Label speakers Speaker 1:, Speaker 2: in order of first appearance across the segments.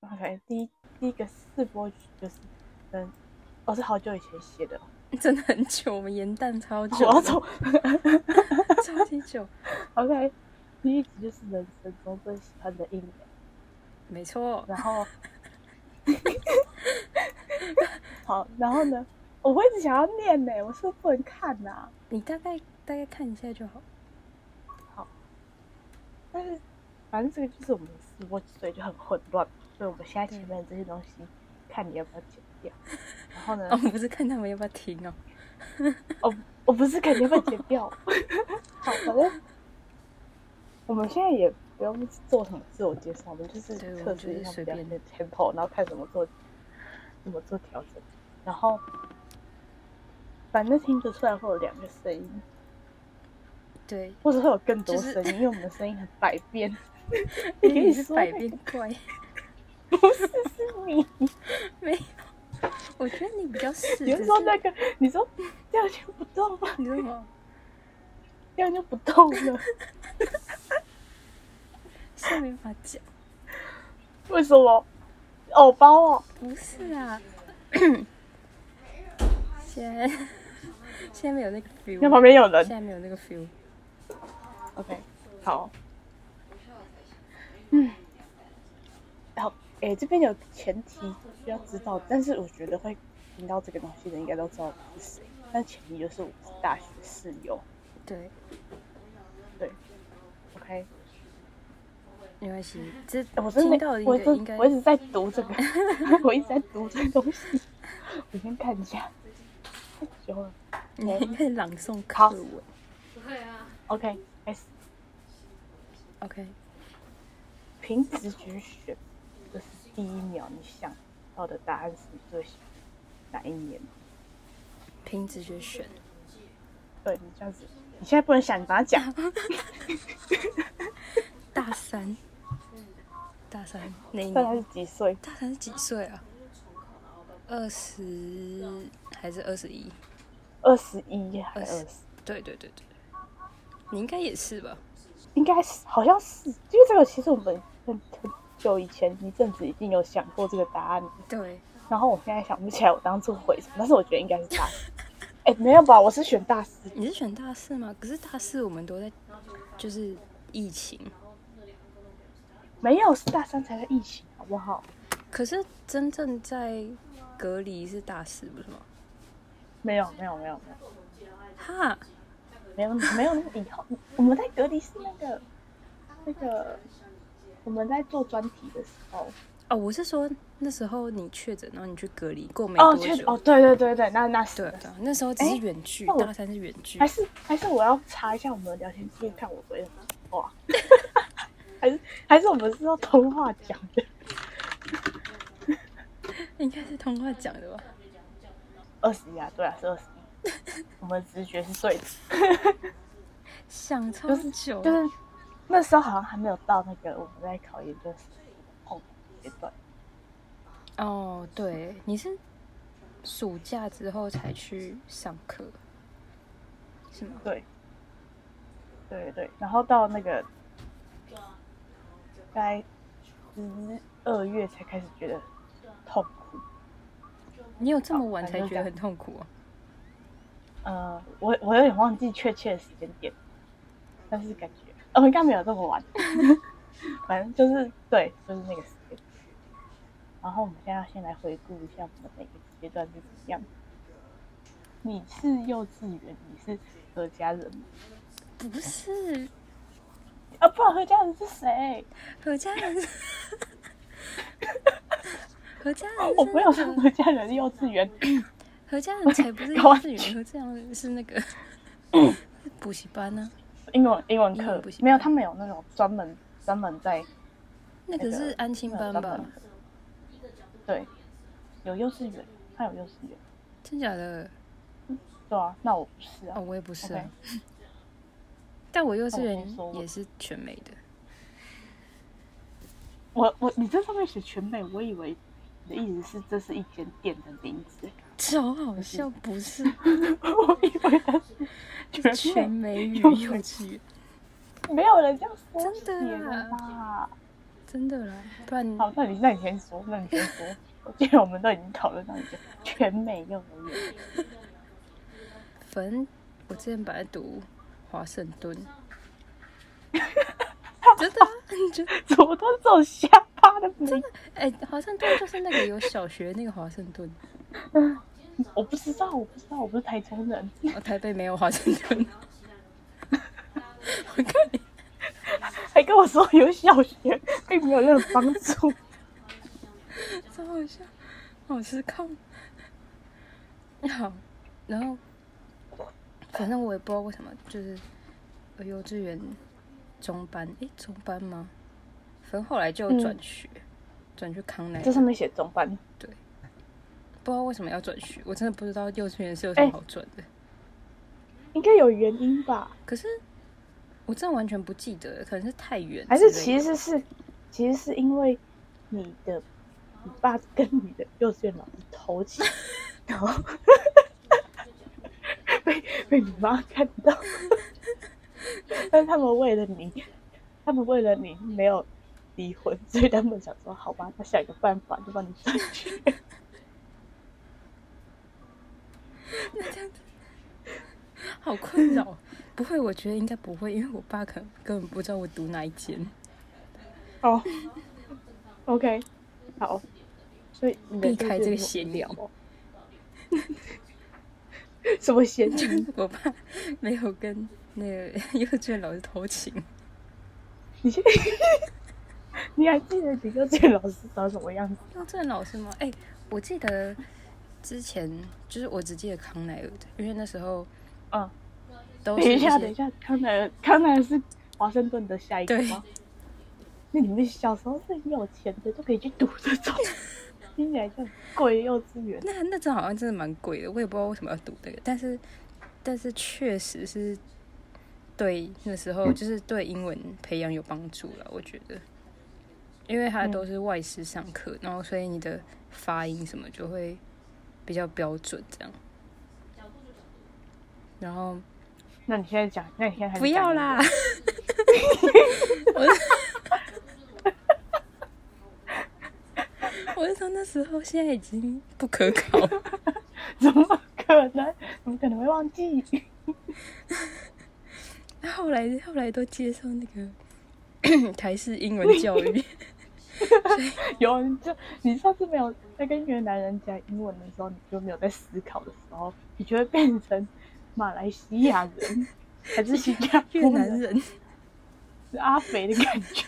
Speaker 1: 我感觉第一第一个四波曲就是嗯，我、是好久以前写的哦，
Speaker 2: 真的很久，我们延宕超 久
Speaker 1: 我要
Speaker 2: 的，
Speaker 1: 从
Speaker 2: 超级久，
Speaker 1: OK，第一集就是人生中最喜欢的一年，
Speaker 2: 没错，
Speaker 1: 然后好，然后呢，我会一直想要念呢、我是不是不能看呐、
Speaker 2: 你大概大概看一下就好。
Speaker 1: 但是反正这个就是我们直播，所以就很混乱，所以我们现在前面这些东西，看你要不要剪掉。然 后呢，
Speaker 2: 哦，不是看他们要不要听哦。
Speaker 1: 哦，我不是肯定会剪掉。 好，反正我们现在也不用做什么自我介绍，我们就是
Speaker 2: 对我们
Speaker 1: 测
Speaker 2: 就
Speaker 1: 试
Speaker 2: 是
Speaker 1: 一下
Speaker 2: 随
Speaker 1: 聊天
Speaker 2: 便
Speaker 1: 的 tempo，然后看怎么做，怎么做调整。然后，反正听得出来会有两个声音，
Speaker 2: 对，
Speaker 1: 或者会有更多
Speaker 2: 就是
Speaker 1: 声音，因为我们的声音很百 变。 你
Speaker 2: 因
Speaker 1: 可
Speaker 2: 为
Speaker 1: 以
Speaker 2: 你是
Speaker 1: 说
Speaker 2: 百
Speaker 1: 那
Speaker 2: 变怪，
Speaker 1: 个你，
Speaker 2: 没有。我觉得你比较适。
Speaker 1: 你
Speaker 2: 只
Speaker 1: 是说
Speaker 2: 是
Speaker 1: 那个，你说这样就不动了，
Speaker 2: 你知道吗？
Speaker 1: 这样就不动了，
Speaker 2: 是没法讲。
Speaker 1: 为什么？偶包哦，
Speaker 2: 不是 啊，现在现在没有那个
Speaker 1: 那旁
Speaker 2: feel，
Speaker 1: 边有人
Speaker 2: 现。在没有那个 feel。
Speaker 1: OK，好。
Speaker 2: 嗯
Speaker 1: 嗯，好，诶、这边有前提需要知道，但是我觉得会听到这个东西的应该都知道我是谁。但前提就是我是大学室友
Speaker 2: 对，
Speaker 1: ，OK？、
Speaker 2: 没关系，这
Speaker 1: 诶我真的
Speaker 2: 听到的，应
Speaker 1: 我
Speaker 2: 该
Speaker 1: 真
Speaker 2: 应该
Speaker 1: 我一直在读这个，我一直在读这个东西。我先看一下，太久了。
Speaker 2: 你应该朗诵课
Speaker 1: 好
Speaker 2: 文。
Speaker 1: OK，开始。
Speaker 2: OK，
Speaker 1: 凭直觉选，这是第一秒你想到的答案是你最喜欢哪一年？
Speaker 2: 凭直觉选。
Speaker 1: 对你这样子，嗯你现在不能想，你把它讲。
Speaker 2: 大三，大三那一
Speaker 1: 大概
Speaker 2: 年，
Speaker 1: 是几岁？
Speaker 2: 大三是几岁啊？二十还是二十一？
Speaker 1: 二十一还是二
Speaker 2: 20
Speaker 1: 十？
Speaker 2: 对对对对，你应该也是吧？
Speaker 1: 应该是，好像是，因为这个其实我们很很久以前一阵子已经有想过这个答案，
Speaker 2: 对，
Speaker 1: 然后我现在想不起来我当初回什么，但是我觉得应该是大 四。哎、没有吧？我是选大四。
Speaker 2: 你是选大四吗？可是大四我们都在，就是疫情。
Speaker 1: 没有，是大三才在疫情，好不好？
Speaker 2: 可是真正在隔离是大四，不是吗？
Speaker 1: 没有，没有，没有，没有，
Speaker 2: 哈，
Speaker 1: 没有，没有那么以后，我们在隔离是那个那个我们在做专题的时候，
Speaker 2: 哦，我是说那时候你确诊，然后你去隔离过没
Speaker 1: 哦，
Speaker 2: 多
Speaker 1: 确
Speaker 2: 久？
Speaker 1: 哦，对对对对，那那是
Speaker 2: 对
Speaker 1: 那是
Speaker 2: 对，那时候只是
Speaker 1: 哎
Speaker 2: 远距，
Speaker 1: 那我
Speaker 2: 大三是远距
Speaker 1: 还。是还是我要查一下我们的聊天记录，看我昨天 哇，还是还是我们是要通话讲的？
Speaker 2: 应该是通话讲 的吧？
Speaker 1: 二十一啊，对啊，是二十一。 我们直觉是对的，
Speaker 2: 想超久，
Speaker 1: 就是那时候好像还没有到那个我们在考研究生后阶段，
Speaker 2: 哦，对，你是暑假之后才去上课，是吗？
Speaker 1: 对，对对对，然后到那个大概十二月才开始觉得痛苦。
Speaker 2: 你有这么
Speaker 1: 哦
Speaker 2: 晚
Speaker 1: 反
Speaker 2: 才
Speaker 1: 正
Speaker 2: 觉
Speaker 1: 这样
Speaker 2: 得很痛苦啊？
Speaker 1: 呃，我我有点忘记确切的时间点，但是感觉哦，应该没有这么晚， 反正就是对，就是那个时间。然后我们现在先来回顾一下我们每个阶段是怎么样。你是幼稚园，你是何家人吗
Speaker 2: 不 是，
Speaker 1: 啊？不然何家人是谁？
Speaker 2: 何 家人，何家人，
Speaker 1: 哦 我没有说何家人是幼稚园，
Speaker 2: 何家人才不是幼
Speaker 1: 搞完
Speaker 2: 稚园，何家人是那个
Speaker 1: 嗯
Speaker 2: 是 补习班啊呢、
Speaker 1: 英文英文
Speaker 2: 英
Speaker 1: 课
Speaker 2: 文补习班
Speaker 1: 没有，他们有那种专门专门在
Speaker 2: 那个
Speaker 1: 那
Speaker 2: 是
Speaker 1: 个
Speaker 2: 安亲班
Speaker 1: 专
Speaker 2: 吧
Speaker 1: 门？课对，有幼稚园，他有幼稚园，
Speaker 2: 真假的？
Speaker 1: 对啊，那我不是啊
Speaker 2: 哦，。我也不是啊。但我幼稚
Speaker 1: 我
Speaker 2: 园
Speaker 1: 听说过
Speaker 2: 也是全美的，
Speaker 1: 我我你这上面写全美，我以为你的意思是这是一间店的名字，
Speaker 2: 超好笑，不 是？
Speaker 1: 我以为它是
Speaker 2: 全
Speaker 1: 全美，
Speaker 2: 美语
Speaker 1: 幼
Speaker 2: 幼稚园，
Speaker 1: 没有人这样说
Speaker 2: 真的啊
Speaker 1: 写的吧？
Speaker 2: 真的啦，不然
Speaker 1: 好，那你那你先说，那你先说。我记得我们都已经讨论到一个全美幼儿园，
Speaker 2: 反正我之前本来读华盛 顿，真的啊， 你就
Speaker 1: 怎么都是这种瞎趴的名字？
Speaker 2: 哎、华盛顿就是那个有小学那个华盛顿，
Speaker 1: 我不知道，我不知道，我不是台中人。
Speaker 2: 哦，台北没有华盛顿。 我看你，
Speaker 1: 还跟我说有小学，并没有任何帮 助。
Speaker 2: 超好笑，好失控。 好，然后反正我也不知道为什么，就是我幼稚园中班，诶，中班吗？反正后来就
Speaker 1: 嗯
Speaker 2: 转学，转、去康乃
Speaker 1: 这
Speaker 2: 尔，
Speaker 1: 上面写中班，
Speaker 2: 不知道为什么要转学，我真的不知道幼稚园是有什么
Speaker 1: 哎
Speaker 2: 好转的。
Speaker 1: 应该有原因吧？
Speaker 2: 可是我真的完全不记得了，可能是太远之类的，
Speaker 1: 还是其实是，其实是因为你的你爸跟你的幼稚园老师偷 情，然后被被你妈看到，但是他们为了你，他们为了你没有离婚，所以他们想说，好吧，那想一个办法就帮你转学。
Speaker 2: 好困扰。不会，我觉得应该不会，因为我爸可能根本不知道我读哪一间。
Speaker 1: 哦，OK，好，所以你的
Speaker 2: 避开
Speaker 1: 就是
Speaker 2: 这
Speaker 1: 有
Speaker 2: 个闲聊，
Speaker 1: 什么闲
Speaker 2: 就
Speaker 1: 情？
Speaker 2: 是 我爸没有跟那个幼稚园老师偷情，
Speaker 1: 你现在你还记得你幼稚园老师长什么样子？
Speaker 2: 幼稚园老师吗？哎、我记得之前就是我只记得康乃尔的，因为那时候
Speaker 1: 嗯，
Speaker 2: 都
Speaker 1: 等
Speaker 2: 是
Speaker 1: 一下，
Speaker 2: 些
Speaker 1: 等一下，康乃尔，康乃尔是华盛顿的下一个吗？那你们小时候是很有钱的，就可以去读这种听起来就很贵的幼稚园。
Speaker 2: 那那阵好像真的蛮贵的，我也不知道为什么要读那个，但是但是确实是对那时候就是对英文培养有帮助了，我觉得，因为它都是外师上课，然后所以你的发音什么就会比较标准这样。然后
Speaker 1: 那你现在讲，那你现在还是
Speaker 2: 不要
Speaker 1: 讲
Speaker 2: 啦
Speaker 1: 英，
Speaker 2: 我是 我是说那时候现在已经不可考了
Speaker 1: 文，怎么可能？怎么可能会忘记？
Speaker 2: 后来后来都接受那个台式英文教育，
Speaker 1: 有，你就你上次没有在跟越南人讲英文的时候，你就没有在思考的时候，你就会变成马来西亚人，还是新加坡
Speaker 2: 越南
Speaker 1: 人，
Speaker 2: 人。
Speaker 1: 是阿肥的感觉。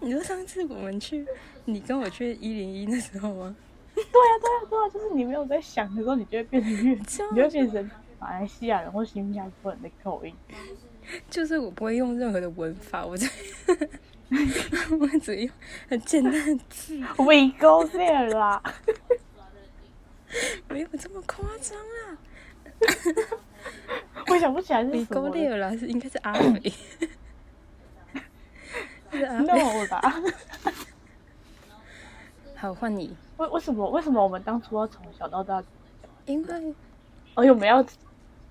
Speaker 2: 你说上次我们去，你跟我去一零一那时候吗？
Speaker 1: 对啊，对啊，对啊，就是你没有在想的时候，你就会变成越，
Speaker 2: 这
Speaker 1: 你就会变成马来西亚人或新加坡人的口音。
Speaker 2: 就是我不会用任何的文法，我只 我只用很简单的字，
Speaker 1: We go there 啦，
Speaker 2: 没有这么夸张啊。
Speaker 1: 我想不起来是
Speaker 2: 你
Speaker 1: 什么
Speaker 2: 勾裂了啦，是应该是阿美， 是阿美。
Speaker 1: no 啦。
Speaker 2: 好，换你，
Speaker 1: 为为什么为什么我们当初要从小到大，哦
Speaker 2: 因为
Speaker 1: 而且我们要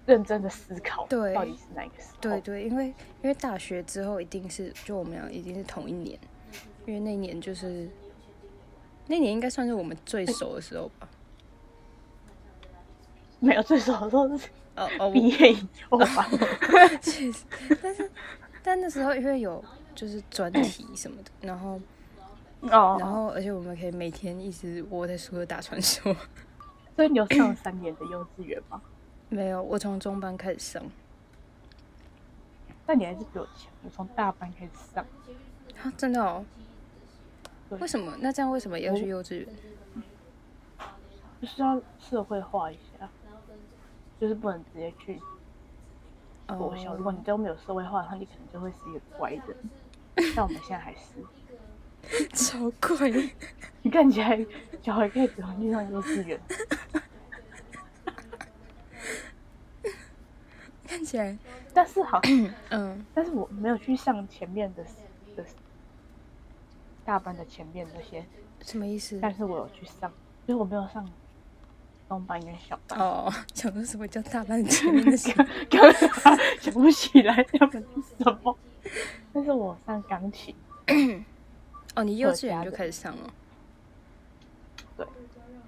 Speaker 1: 认真的思考，
Speaker 2: 对
Speaker 1: 到底是哪一个时候？
Speaker 2: 对对，因为因为大学之后一定是就我们俩一定是同一年，因为那年就是那年应该算是我们最
Speaker 1: 哎
Speaker 2: 熟的时候吧。
Speaker 1: 没有，最少的时候是
Speaker 2: 哦哦，
Speaker 1: 毕
Speaker 2: 我
Speaker 1: 业以后吧。
Speaker 2: 确实，但是但那时候因为有就是专题什么的，然后然
Speaker 1: 哦，
Speaker 2: 后而且我们可以每天一直窝在宿舍打传说。
Speaker 1: 所以你有上三年的幼稚园吗？
Speaker 2: 没有，我从中班开始上，
Speaker 1: 但你还是比我强，我从大班开始上。
Speaker 2: 啊，真的哦
Speaker 1: 对。
Speaker 2: 为什么？那这样为什么要去幼稚园？
Speaker 1: 就是要社会化一下，就是不能直接去
Speaker 2: 哦
Speaker 1: 国小。如果你都没有社会化的话，你可能就会是一个乖人。但我们现在还是，
Speaker 2: 超贵。
Speaker 1: 你看起来小孩可以只能去上幼稚园，
Speaker 2: 看起来，
Speaker 1: 但是好，
Speaker 2: 嗯，
Speaker 1: 但是我没有去上前面的的大班的前面那些，
Speaker 2: 什么意思？
Speaker 1: 但是我有去上，所以我没有上中班跟小班。
Speaker 2: 哦， 想说什么叫大班前面 那些？
Speaker 1: 干嘛想不起来他们是什么？但是我上钢琴，
Speaker 2: 哦，你幼稚
Speaker 1: 或
Speaker 2: 园
Speaker 1: 者家
Speaker 2: 就
Speaker 1: 人
Speaker 2: 开始上了，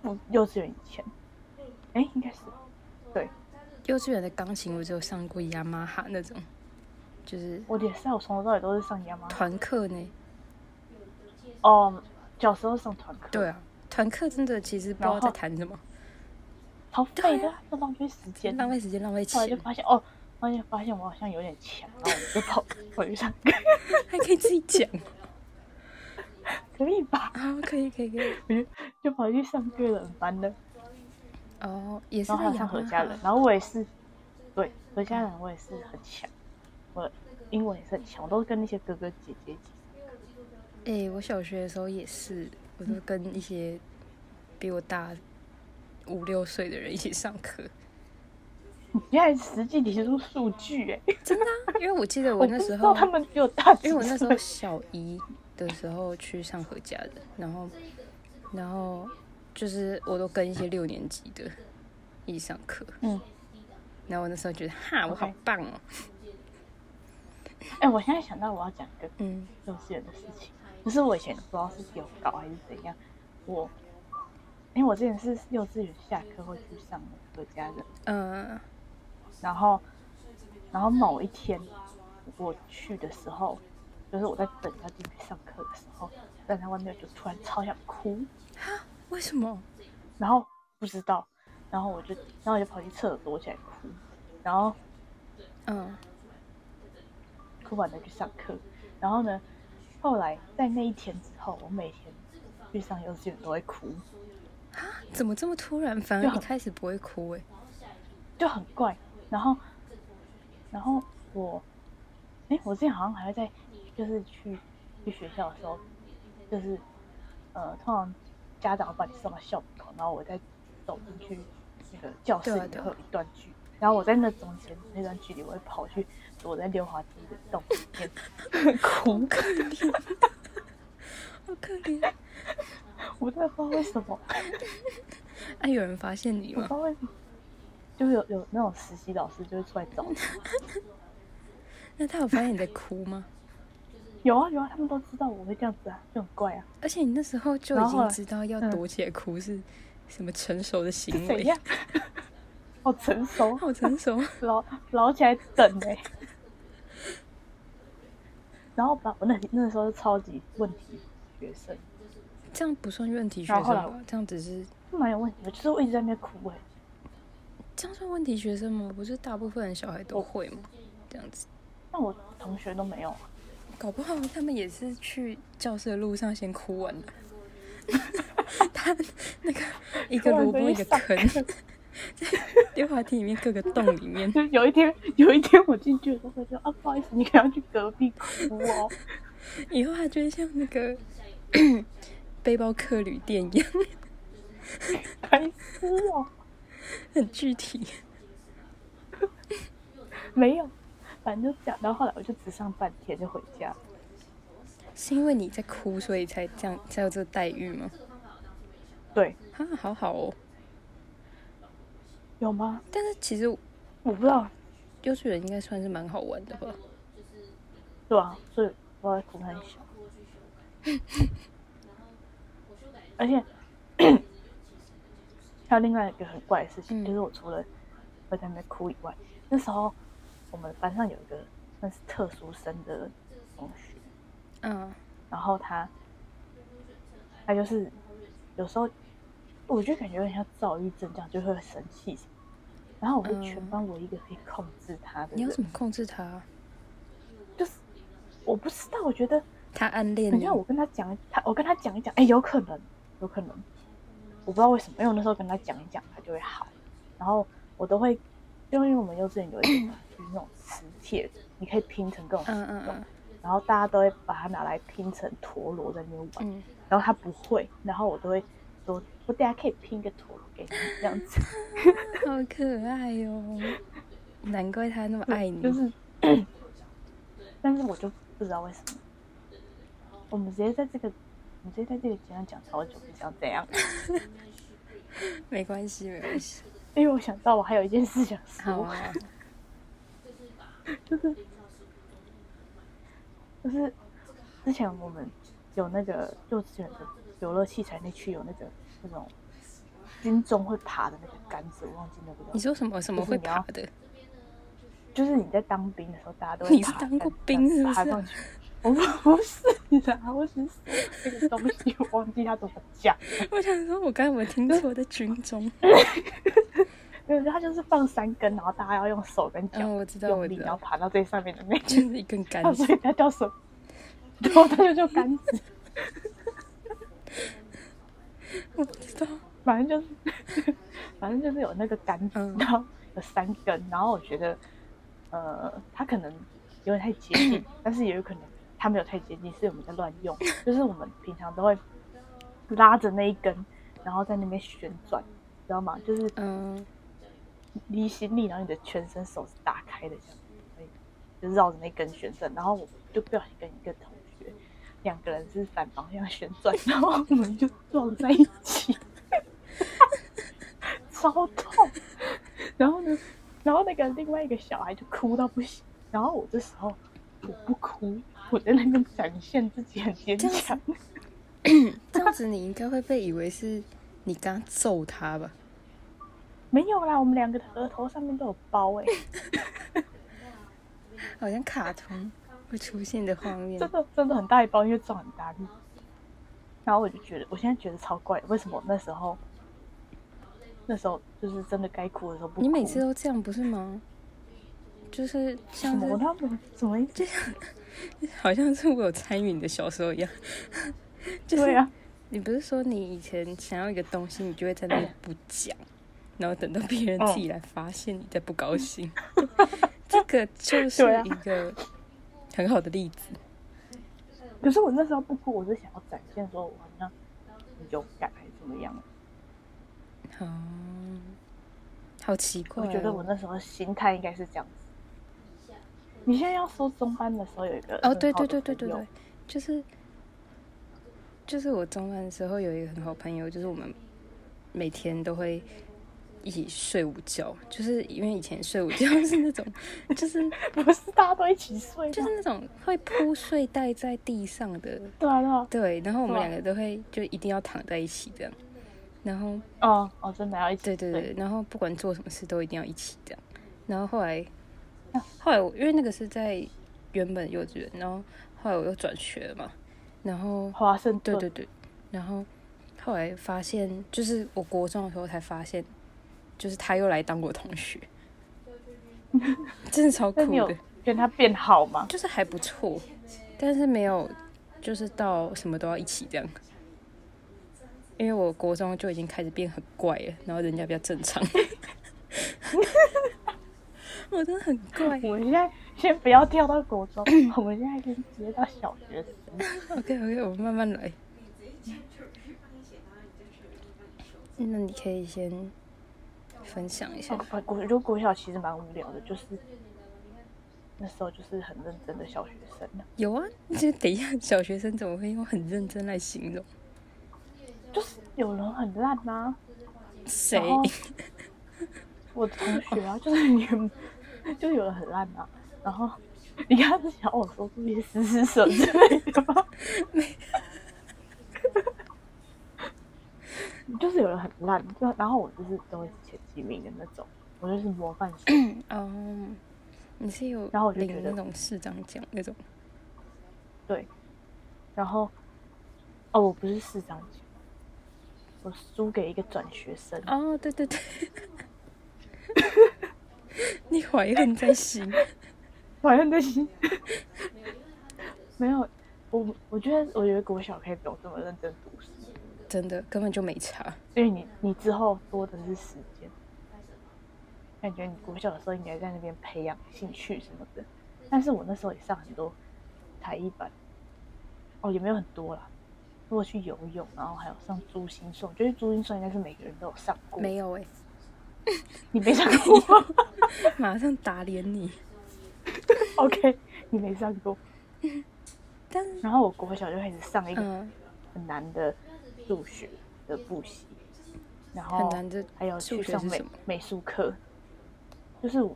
Speaker 1: 我幼稚园以前，哎、应该是对，
Speaker 2: 幼稚园的钢琴我只有上过雅马哈那种，就是
Speaker 1: 我也是啊，我从头到尾都是上雅马哈。
Speaker 2: 团课呢。
Speaker 1: 哦，小时候上团课，
Speaker 2: 对，啊，团课真的其实不知道
Speaker 1: 然后
Speaker 2: 在谈什么，
Speaker 1: 超废的啊，要浪费时间。
Speaker 2: 浪费时间浪费
Speaker 1: 后来就
Speaker 2: 钱，
Speaker 1: 发现哦，发现发现我好像有点强，然后我就跑 回去上课，
Speaker 2: 还可以自己 讲
Speaker 1: 可以吧？
Speaker 2: 啊，可以可以可以。
Speaker 1: 我就就跑去上课了，很烦的。
Speaker 2: 哦，也是
Speaker 1: 然后还
Speaker 2: 在
Speaker 1: 有
Speaker 2: 雅
Speaker 1: 上
Speaker 2: 马
Speaker 1: 何家
Speaker 2: 哈
Speaker 1: 人，然后我也是，对何家人我也是很强，我英文也是很强，我都是跟那些哥哥姐姐一起。
Speaker 2: 哎、我小学的时候也是，我都跟一些比我大五六岁的人一起上 课，
Speaker 1: 你现在实际提出数据哎、
Speaker 2: 真的啊、因为我记得我
Speaker 1: 我
Speaker 2: 那
Speaker 1: 不知
Speaker 2: 时
Speaker 1: 道
Speaker 2: 候，
Speaker 1: 他们比我大几
Speaker 2: 因为我那时
Speaker 1: 岁
Speaker 2: 候小一的时候去上何家的，然后，然后就是我都跟一些六年级的一起上课，
Speaker 1: 嗯，
Speaker 2: 然后我那时候觉得哈，我好
Speaker 1: OK
Speaker 2: 棒哦，
Speaker 1: 哎、我现在想到我要讲一个
Speaker 2: 嗯，
Speaker 1: 幼稚园的事情，不是我以前不知道是有搞还是怎样，我，因为我之前是幼稚园下课会去上何家人，
Speaker 2: 呃，
Speaker 1: 然后，然后某一天我去的时候，就是我在等他进去上课的时候，站在外面就突然超想哭，
Speaker 2: 为什么？
Speaker 1: 然后不知道，然后我就，然后我就跑去厕所躲起来哭，然后
Speaker 2: 嗯，
Speaker 1: 哭完再去上课，然后呢，后来在那一天之后，我每天去上幼稚园都会哭，
Speaker 2: 怎么这么突然？反
Speaker 1: 就
Speaker 2: 而一
Speaker 1: 很
Speaker 2: 开始不会哭哎、
Speaker 1: 就很怪。然后，然后我，哎，我之前好像还会在，就是去去学校的时候，就是呃，通常家长会把你送到校门口，然后我再走进去那个教室
Speaker 2: 对啊
Speaker 1: 里
Speaker 2: 对啊
Speaker 1: 会有一段距离，然后我在那中间那段距离，我会跑去躲在溜滑梯的洞里 面
Speaker 2: 好
Speaker 1: 哭，
Speaker 2: 可怜，好可怜。
Speaker 1: 我真的不知道为什么。
Speaker 2: 啊，有人发现你
Speaker 1: 我不
Speaker 2: 吗
Speaker 1: 知？道为什么，就是有有那种实习老师就会出来找你。
Speaker 2: 那他有发现你在哭吗？
Speaker 1: 有啊有啊，他们都知道我会这样子啊，就很怪啊，
Speaker 2: 而且你那时候就
Speaker 1: 然
Speaker 2: 已
Speaker 1: 后后
Speaker 2: 经
Speaker 1: 来
Speaker 2: 知道要
Speaker 1: 嗯
Speaker 2: 躲起来哭是什么成熟的行
Speaker 1: 怎
Speaker 2: 为，
Speaker 1: 样？ 好成熟，
Speaker 2: 好成熟。
Speaker 1: 老老起来等哎、然后把我那那时候是超级问题学生，
Speaker 2: 这样不算问题学
Speaker 1: 然
Speaker 2: 生
Speaker 1: 后后来
Speaker 2: 吧？这样只是
Speaker 1: 是蛮有问题的，就是我一直在那边哭哎、
Speaker 2: 这样算问题学生吗？不是大部分的小孩都
Speaker 1: 我
Speaker 2: 会吗？这样子，
Speaker 1: 但我同学都没有啊，
Speaker 2: 搞不好他们也是去教室的路上先哭 完了。他那个一个
Speaker 1: 哭完
Speaker 2: 萝卜
Speaker 1: 回
Speaker 2: 一
Speaker 1: 去
Speaker 2: 个
Speaker 1: 上
Speaker 2: 坑，在溜滑梯里面各个洞里面。
Speaker 1: 就是有一天有一天我进去的时候他就说啊不好意思，你可能要去隔壁哭哦，
Speaker 2: 以后他就会像那个 背包客旅店一样，
Speaker 1: 白痴哦。
Speaker 2: 很具体。
Speaker 1: 没有，反正就这样。然后后来我就只上半天就回家。
Speaker 2: 是因为你在哭，所以才这样才有这个待遇吗？
Speaker 1: 对，
Speaker 2: 啊，好好哦。
Speaker 1: 有吗？
Speaker 2: 但是其实
Speaker 1: 我不知道，
Speaker 2: 幼稚园应该算是蛮好玩的吧？
Speaker 1: 对啊，所以我在哭很小。而且 还有另外一个很怪的事情，
Speaker 2: 嗯
Speaker 1: 就是我除了会在那边哭以外，那时候我们班上有一个算是特殊生的同学，
Speaker 2: 嗯，
Speaker 1: 然后他他就是有时候，我就感觉有点像躁郁症这样，就会生气什么。然后我是全
Speaker 2: 嗯
Speaker 1: 班唯一一个可以控制他的
Speaker 2: 你
Speaker 1: 人，
Speaker 2: 要怎么控制他啊？
Speaker 1: 就是我不知道，我觉得
Speaker 2: 他暗恋
Speaker 1: 等一
Speaker 2: 你
Speaker 1: 下，我跟他讲，他我跟他讲一讲，哎，有可能，有可能，我不知道为什么，因为我那时候跟他讲一讲，他就会好。然后我都会，因为我们幼稚园有一种就是那种磁铁，你可以拼成各种
Speaker 2: 嗯
Speaker 1: 形
Speaker 2: 嗯
Speaker 1: 状
Speaker 2: 嗯，
Speaker 1: 然后大家都会把它拿来拼成陀螺在那边玩。
Speaker 2: 嗯，
Speaker 1: 然后他不会，然后我都会说，我等下可以拼一个陀螺给你，这样子，
Speaker 2: 好可爱哟、哦。难怪他那么 爱你，
Speaker 1: 就是，但是我就不知道为什么，我们直接在这个，我们直接在这个节上讲超久，不想这样，
Speaker 2: 没关系，没关系。
Speaker 1: 因为我想到我还有一件事想
Speaker 2: 好
Speaker 1: 说，
Speaker 2: 啊，
Speaker 1: 就是，就是之前我们有那个幼稚园的游乐器材那区有那个那种军中会爬的那个杆子，我忘记那个叫
Speaker 2: 你
Speaker 1: 什么，
Speaker 2: 说什么什么会爬的？
Speaker 1: 就是你在当兵的时候，大家都会
Speaker 2: 你是
Speaker 1: 爬
Speaker 2: 当过
Speaker 1: 杆
Speaker 2: 兵是不
Speaker 1: 爬
Speaker 2: 是
Speaker 1: 上
Speaker 2: 啊
Speaker 1: 去。我不是啊，我只是这个东西 我忘记它怎么讲，
Speaker 2: 我想说，我刚才有没有听错，在军中。
Speaker 1: 没有，它就是放三根，然后大家要用手跟脚
Speaker 2: 嗯，我知道，我
Speaker 1: 用
Speaker 2: 知
Speaker 1: 力，然后
Speaker 2: 道，
Speaker 1: 爬到最上面的那
Speaker 2: 就是一根杆
Speaker 1: 啊，
Speaker 2: 子
Speaker 1: 所。以它叫什么？然后它就叫杆子，
Speaker 2: 我不知道，
Speaker 1: 反正就是， 反正就是有那个杆子，
Speaker 2: 嗯
Speaker 1: 然后有三根，然后我觉得，呃，它可能有点太接近，但是也有可能它没有太接近，是我们在乱用，就是我们平常都会拉着那一根，然后在那边旋转，知道吗？就是
Speaker 2: 嗯，
Speaker 1: 离心力，然后你的全身手是打开的这样，所以就绕着那根旋转。然后我就不小心跟一个同学，两个人是反方向旋转，然后我们就撞在一起， 超痛。然后呢，然后那个另外一个小孩就哭到不行，然后我这时候我不哭，我在那边展现自己很坚
Speaker 2: 这样子
Speaker 1: 强。
Speaker 2: 这样子你应该会被以为是你刚揍他吧？
Speaker 1: 没有啦，我们两个的额头上面都有包哎、
Speaker 2: 好像卡通会出现的画面
Speaker 1: 真。的真的很大一包，因为重很大力。然后我就觉得，我现在觉得超怪的，为什么我那时候，那时候就是真的该哭的时候不哭？
Speaker 2: 你每次都这样不是吗？就是像
Speaker 1: 怎么我
Speaker 2: 是啊
Speaker 1: 那么怎么一直
Speaker 2: 好像是我有参与你的小时候一样， 就是
Speaker 1: 对啊？
Speaker 2: 你不是说你以前想要一个东西，你就会在那里不讲，然后等到别人
Speaker 1: 嗯
Speaker 2: 自己来发现你在不 高兴，这个就是
Speaker 1: 对啊
Speaker 2: 一个很好的例子。
Speaker 1: 可是我那时候不哭，我是想要展现说我好像很勇敢还是怎么样。
Speaker 2: 好，哦好奇怪、
Speaker 1: 我
Speaker 2: 哦，
Speaker 1: 觉得我那时候心态应该是这样子。你现在要说中班的时候有一个
Speaker 2: 哦，
Speaker 1: 很
Speaker 2: 对
Speaker 1: 好的
Speaker 2: 对对对
Speaker 1: 朋
Speaker 2: 对
Speaker 1: 友
Speaker 2: 对，就是就是我中班的时候有一个很好朋友，就是我们每天都会一起睡午觉，就是因为以前睡午 觉是那种，就是
Speaker 1: 不是大家都一起睡吗？
Speaker 2: 就是那种会铺睡袋在地上的，
Speaker 1: 对啊对啊，
Speaker 2: 对，然后我们
Speaker 1: 哇
Speaker 2: 两个都会就一定要躺在一起这样，然后
Speaker 1: 哦哦，真的要一起
Speaker 2: 对
Speaker 1: 睡。
Speaker 2: 对对，然后不管做什么事都一定要一起这样。然后后来，
Speaker 1: 哦
Speaker 2: 啊后来我因为那个是在原本幼稚园，然后后来我又转学了嘛，然后
Speaker 1: 华盛
Speaker 2: 对
Speaker 1: 顿
Speaker 2: 对对，然后后来发现，就是我国中的时候才发现，就是他又来当我同 学，真的超
Speaker 1: 那你
Speaker 2: 酷
Speaker 1: 有
Speaker 2: 的，
Speaker 1: 跟他变好吗？
Speaker 2: 就是还不错，但是没有就是到什么都要一起这样。因为我国中就已经开始变很怪了，然后人家比较正常， 我真的很 怪。
Speaker 1: 我们现在先不要跳到国中，我们现在先直接到小学生。
Speaker 2: OK OK，我慢慢来。那你可以先分享一下。
Speaker 1: 哦，国我觉得国小其实蛮无聊的，就是那时候就是很认真的小学生啊
Speaker 2: 有啊，就等一下，小学生怎么会用很认真来形容
Speaker 1: 就是有人很烂呐、
Speaker 2: 谁？
Speaker 1: 然后我的同学啊，就是你们，就是有人很烂啊，然后你刚刚是想我说这些死死手之类的吗？就是有人很烂，就然后我就是都会是前几名的那种，我就是模范生。
Speaker 2: 哦，你是有
Speaker 1: 然后我就觉
Speaker 2: 领
Speaker 1: 得
Speaker 2: 那种市长奖那种？
Speaker 1: 对，然后哦，我不是市长级，我输给一个转学生，
Speaker 2: 哦，对对对， 你怀恨在心。
Speaker 1: 怀恨在心。 没有，我我觉得我觉得国小可以不用这么认真读书，
Speaker 2: 真的根本就没差。
Speaker 1: 因为你你之后多的是时间。感觉你国小的时候应该在那边培养兴趣什么的，但是我那时候也上很多才艺班，哦也没有很多啦。如果去游泳，然后还有上珠心算，我觉得珠心算应该是每个人都有上过。
Speaker 2: 没有哎、
Speaker 1: 你没上过吗
Speaker 2: 马上打脸你。
Speaker 1: ？OK，你没上过。
Speaker 2: 但是，
Speaker 1: 然后我国小就开始上一个
Speaker 2: 嗯，
Speaker 1: 很难的数学的补习，然后
Speaker 2: 很难的
Speaker 1: 还有
Speaker 2: 数
Speaker 1: 去
Speaker 2: 学
Speaker 1: 上
Speaker 2: 是
Speaker 1: 美
Speaker 2: 什么？
Speaker 1: 美术课，就是我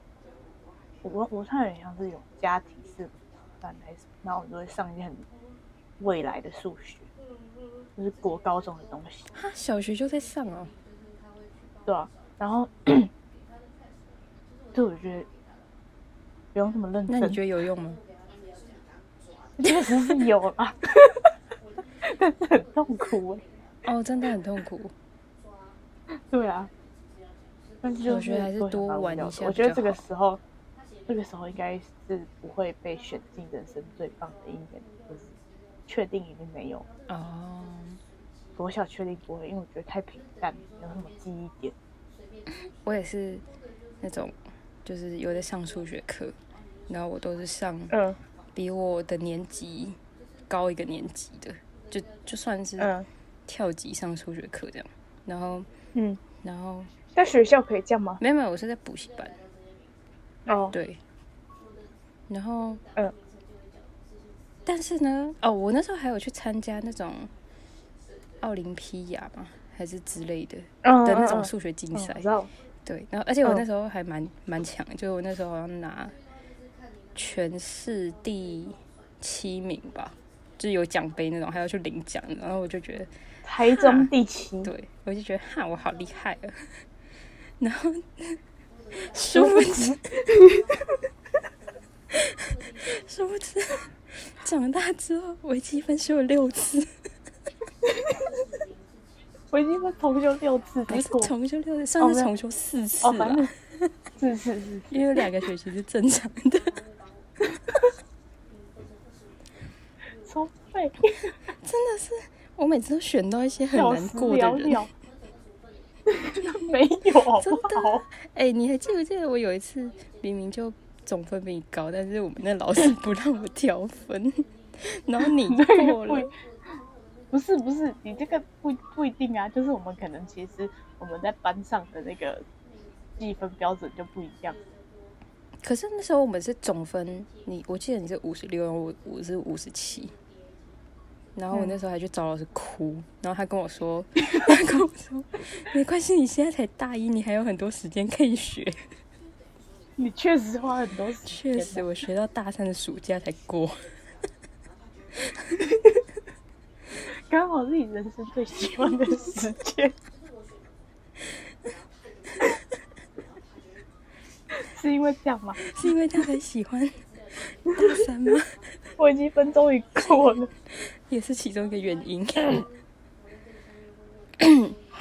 Speaker 1: 我我上有点像是有家庭式补习班还是什么，然后我就会上一些很未来的数学，就是国高中的东西，
Speaker 2: 他啊小学就在上哦，
Speaker 1: 对啊。然后， 对，我觉得不用这么认
Speaker 2: 那你
Speaker 1: 真，
Speaker 2: 觉得有用吗？
Speaker 1: 确实是有啦，但是很痛苦哎、
Speaker 2: 哦，真的很痛苦。
Speaker 1: 对啊，但是就
Speaker 2: 我觉得还是
Speaker 1: 是
Speaker 2: 多玩一下
Speaker 1: 我
Speaker 2: 比
Speaker 1: 觉得
Speaker 2: 较
Speaker 1: 这个
Speaker 2: 好
Speaker 1: 时候，这个时候应该是不会被选进人生最棒的一年，就是确定已经没有。
Speaker 2: 哦，
Speaker 1: 国小确定不会，因为我觉得太平淡，没有什么记忆点。
Speaker 2: 我也是那种，就是有在上数学课，然后我都是上
Speaker 1: 嗯
Speaker 2: 比我的年级高一个年级的，就就算是
Speaker 1: 嗯
Speaker 2: 跳级上数学课这样。然后，
Speaker 1: 嗯，
Speaker 2: 然后
Speaker 1: 在学校可以这样吗？
Speaker 2: 没有没有，我是在补习班，
Speaker 1: 哦，
Speaker 2: 对。然后，
Speaker 1: 嗯
Speaker 2: 但是呢，哦，我那时候还有去参加那种奥林匹亚嘛，还是之类的
Speaker 1: 嗯
Speaker 2: 的那种数学竞
Speaker 1: 嗯
Speaker 2: 赛
Speaker 1: 我知，道，
Speaker 2: 对。然后，而且我
Speaker 1: 嗯
Speaker 2: 那时候还蛮蛮强，就是我那时候好像拿全市第七名吧，就是有奖杯那种，还要去领奖，然后我就觉得
Speaker 1: 台中第七，
Speaker 2: 对，我就觉得哈，我好厉害啊！ 然后殊不知，殊不知，长大之后微积分修了六次，
Speaker 1: 我已经被重修六次
Speaker 2: 不
Speaker 1: 才
Speaker 2: 是
Speaker 1: 过。
Speaker 2: 重修六次，算
Speaker 1: 没
Speaker 2: 是
Speaker 1: 有
Speaker 2: 重修四啊次
Speaker 1: 哦，反正
Speaker 2: 了，
Speaker 1: 是是是，
Speaker 2: 因为有两个学期是正常的，
Speaker 1: 收费
Speaker 2: 真的是。我每次都选到一些很
Speaker 1: 小
Speaker 2: 难
Speaker 1: 时
Speaker 2: 过
Speaker 1: 了
Speaker 2: 的人，
Speaker 1: 了。没有好
Speaker 2: 真的
Speaker 1: 不好？
Speaker 2: 哎、你还记不记得我有一次明明就总分比你高，但是我们那老师不让我调分， 然后你
Speaker 1: 这个不
Speaker 2: 过了
Speaker 1: 一，，不是不是，你这个不不一定啊，就是我们可能其实我们在班上的那个计分标准就不一样。
Speaker 2: 可是那时候我们是总分，你我记得你是五十六，我我是五十七。然后我
Speaker 1: 嗯
Speaker 2: 那时候还去找老师哭，然后他跟我说，他跟我说，没关系，你现在才大一，你还有很多时间可以学。
Speaker 1: 你确实花很多时间
Speaker 2: 确
Speaker 1: 啊，
Speaker 2: 实，我学到大三的暑假才过。
Speaker 1: 刚好是你人生最喜欢的时 间。是因为这样吗？
Speaker 2: 是因为他才喜欢大三吗？
Speaker 1: 我已经分终于过了。
Speaker 2: 也是其中一个原因。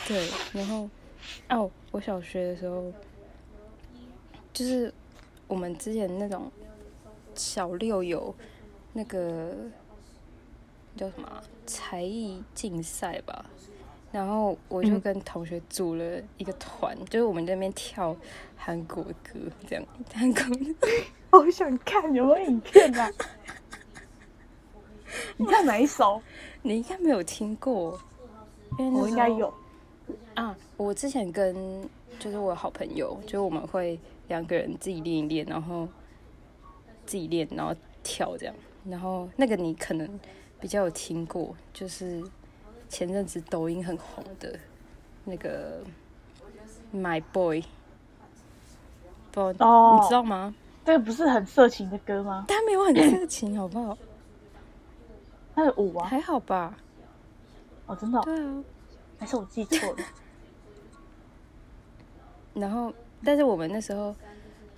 Speaker 2: 对，然后哦，我小学的时候，就是我们之前那种小六有那个叫什么啊才艺竞赛吧，然后我就
Speaker 1: 嗯
Speaker 2: 跟同学组了一个团，就是我们在那边跳韩国歌这样，韩国
Speaker 1: 好想看有没有影片啊！你看哪一首？
Speaker 2: 你应该没有听过，因为那
Speaker 1: 我哦应该
Speaker 2: 时候
Speaker 1: 有。
Speaker 2: 啊，我之前跟就是我好朋友，就是我们会两个人自己练一练，然后自己练，然后跳这样。然后那个你可能比较有听过，就是前阵子抖音很红的那个 My Boy，不知道、
Speaker 1: 哦
Speaker 2: 你知道吗？
Speaker 1: 这个不是很色情的歌吗？
Speaker 2: 但没有很色情，好不好？
Speaker 1: 它的舞啊，
Speaker 2: 还好吧？
Speaker 1: 哦，真的哦、
Speaker 2: 对啊。
Speaker 1: 还是我记错 了？
Speaker 2: 然后，但是我们那时候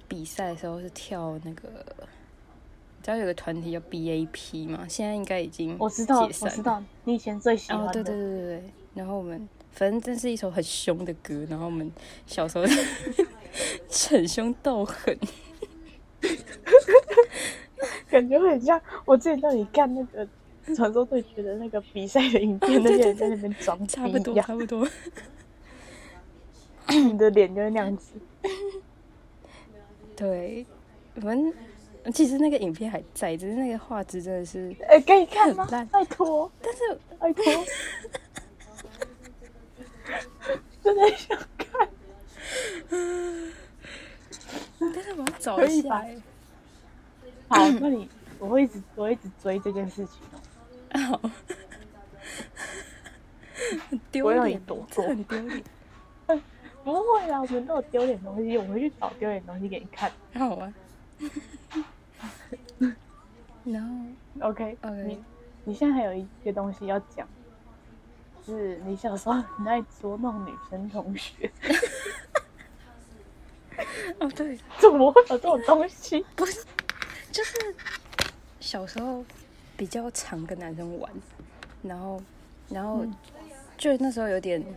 Speaker 2: 比赛的时候是跳那个，你知道有个团体叫 BAP 嘛？现在应该已经
Speaker 1: 我知道，
Speaker 2: 解
Speaker 1: 我
Speaker 2: 散
Speaker 1: 知
Speaker 2: 了
Speaker 1: 道，你以前最喜欢
Speaker 2: 哦
Speaker 1: 的，，
Speaker 2: 对对对对对。然后我们反正这是一首很凶的歌，然后我们 小时候 逞凶斗狠，
Speaker 1: 感觉很像我之前叫你看那个《传说对决》的那个比赛的影片，
Speaker 2: 哦
Speaker 1: 那
Speaker 2: 对
Speaker 1: 些
Speaker 2: 对
Speaker 1: 人在那边装
Speaker 2: 差不
Speaker 1: 逼一
Speaker 2: 多
Speaker 1: 样，
Speaker 2: 差不多。
Speaker 1: 你的脸就是那样子。
Speaker 2: 对，我们其实那个影片还在，只是那个画质真的是，
Speaker 1: 哎、可以看吗
Speaker 2: 很烂？
Speaker 1: 拜托，
Speaker 2: 但是
Speaker 1: 拜托，真的想看。
Speaker 2: 但是我要找
Speaker 1: 可
Speaker 2: 一
Speaker 1: 以
Speaker 2: 下
Speaker 1: 吧
Speaker 2: 欸。
Speaker 1: 好，那你我会一直我会一直追这件事情哦。
Speaker 2: 好，很丢
Speaker 1: 我让你
Speaker 2: 脸，
Speaker 1: 躲过
Speaker 2: 这很丢脸，
Speaker 1: 不会啦，我们都有丢脸东西，我会去找丢脸东西给你看。
Speaker 2: 很好玩。然后
Speaker 1: OK，
Speaker 2: OK，
Speaker 1: 你你现在还有一个东西要讲，就是你小时候很爱捉弄女生同学，
Speaker 2: 哦，对，
Speaker 1: 怎么会有这种东西？
Speaker 2: 不是，就是小时候比较常跟男生玩，然后，然后、就那时候有点不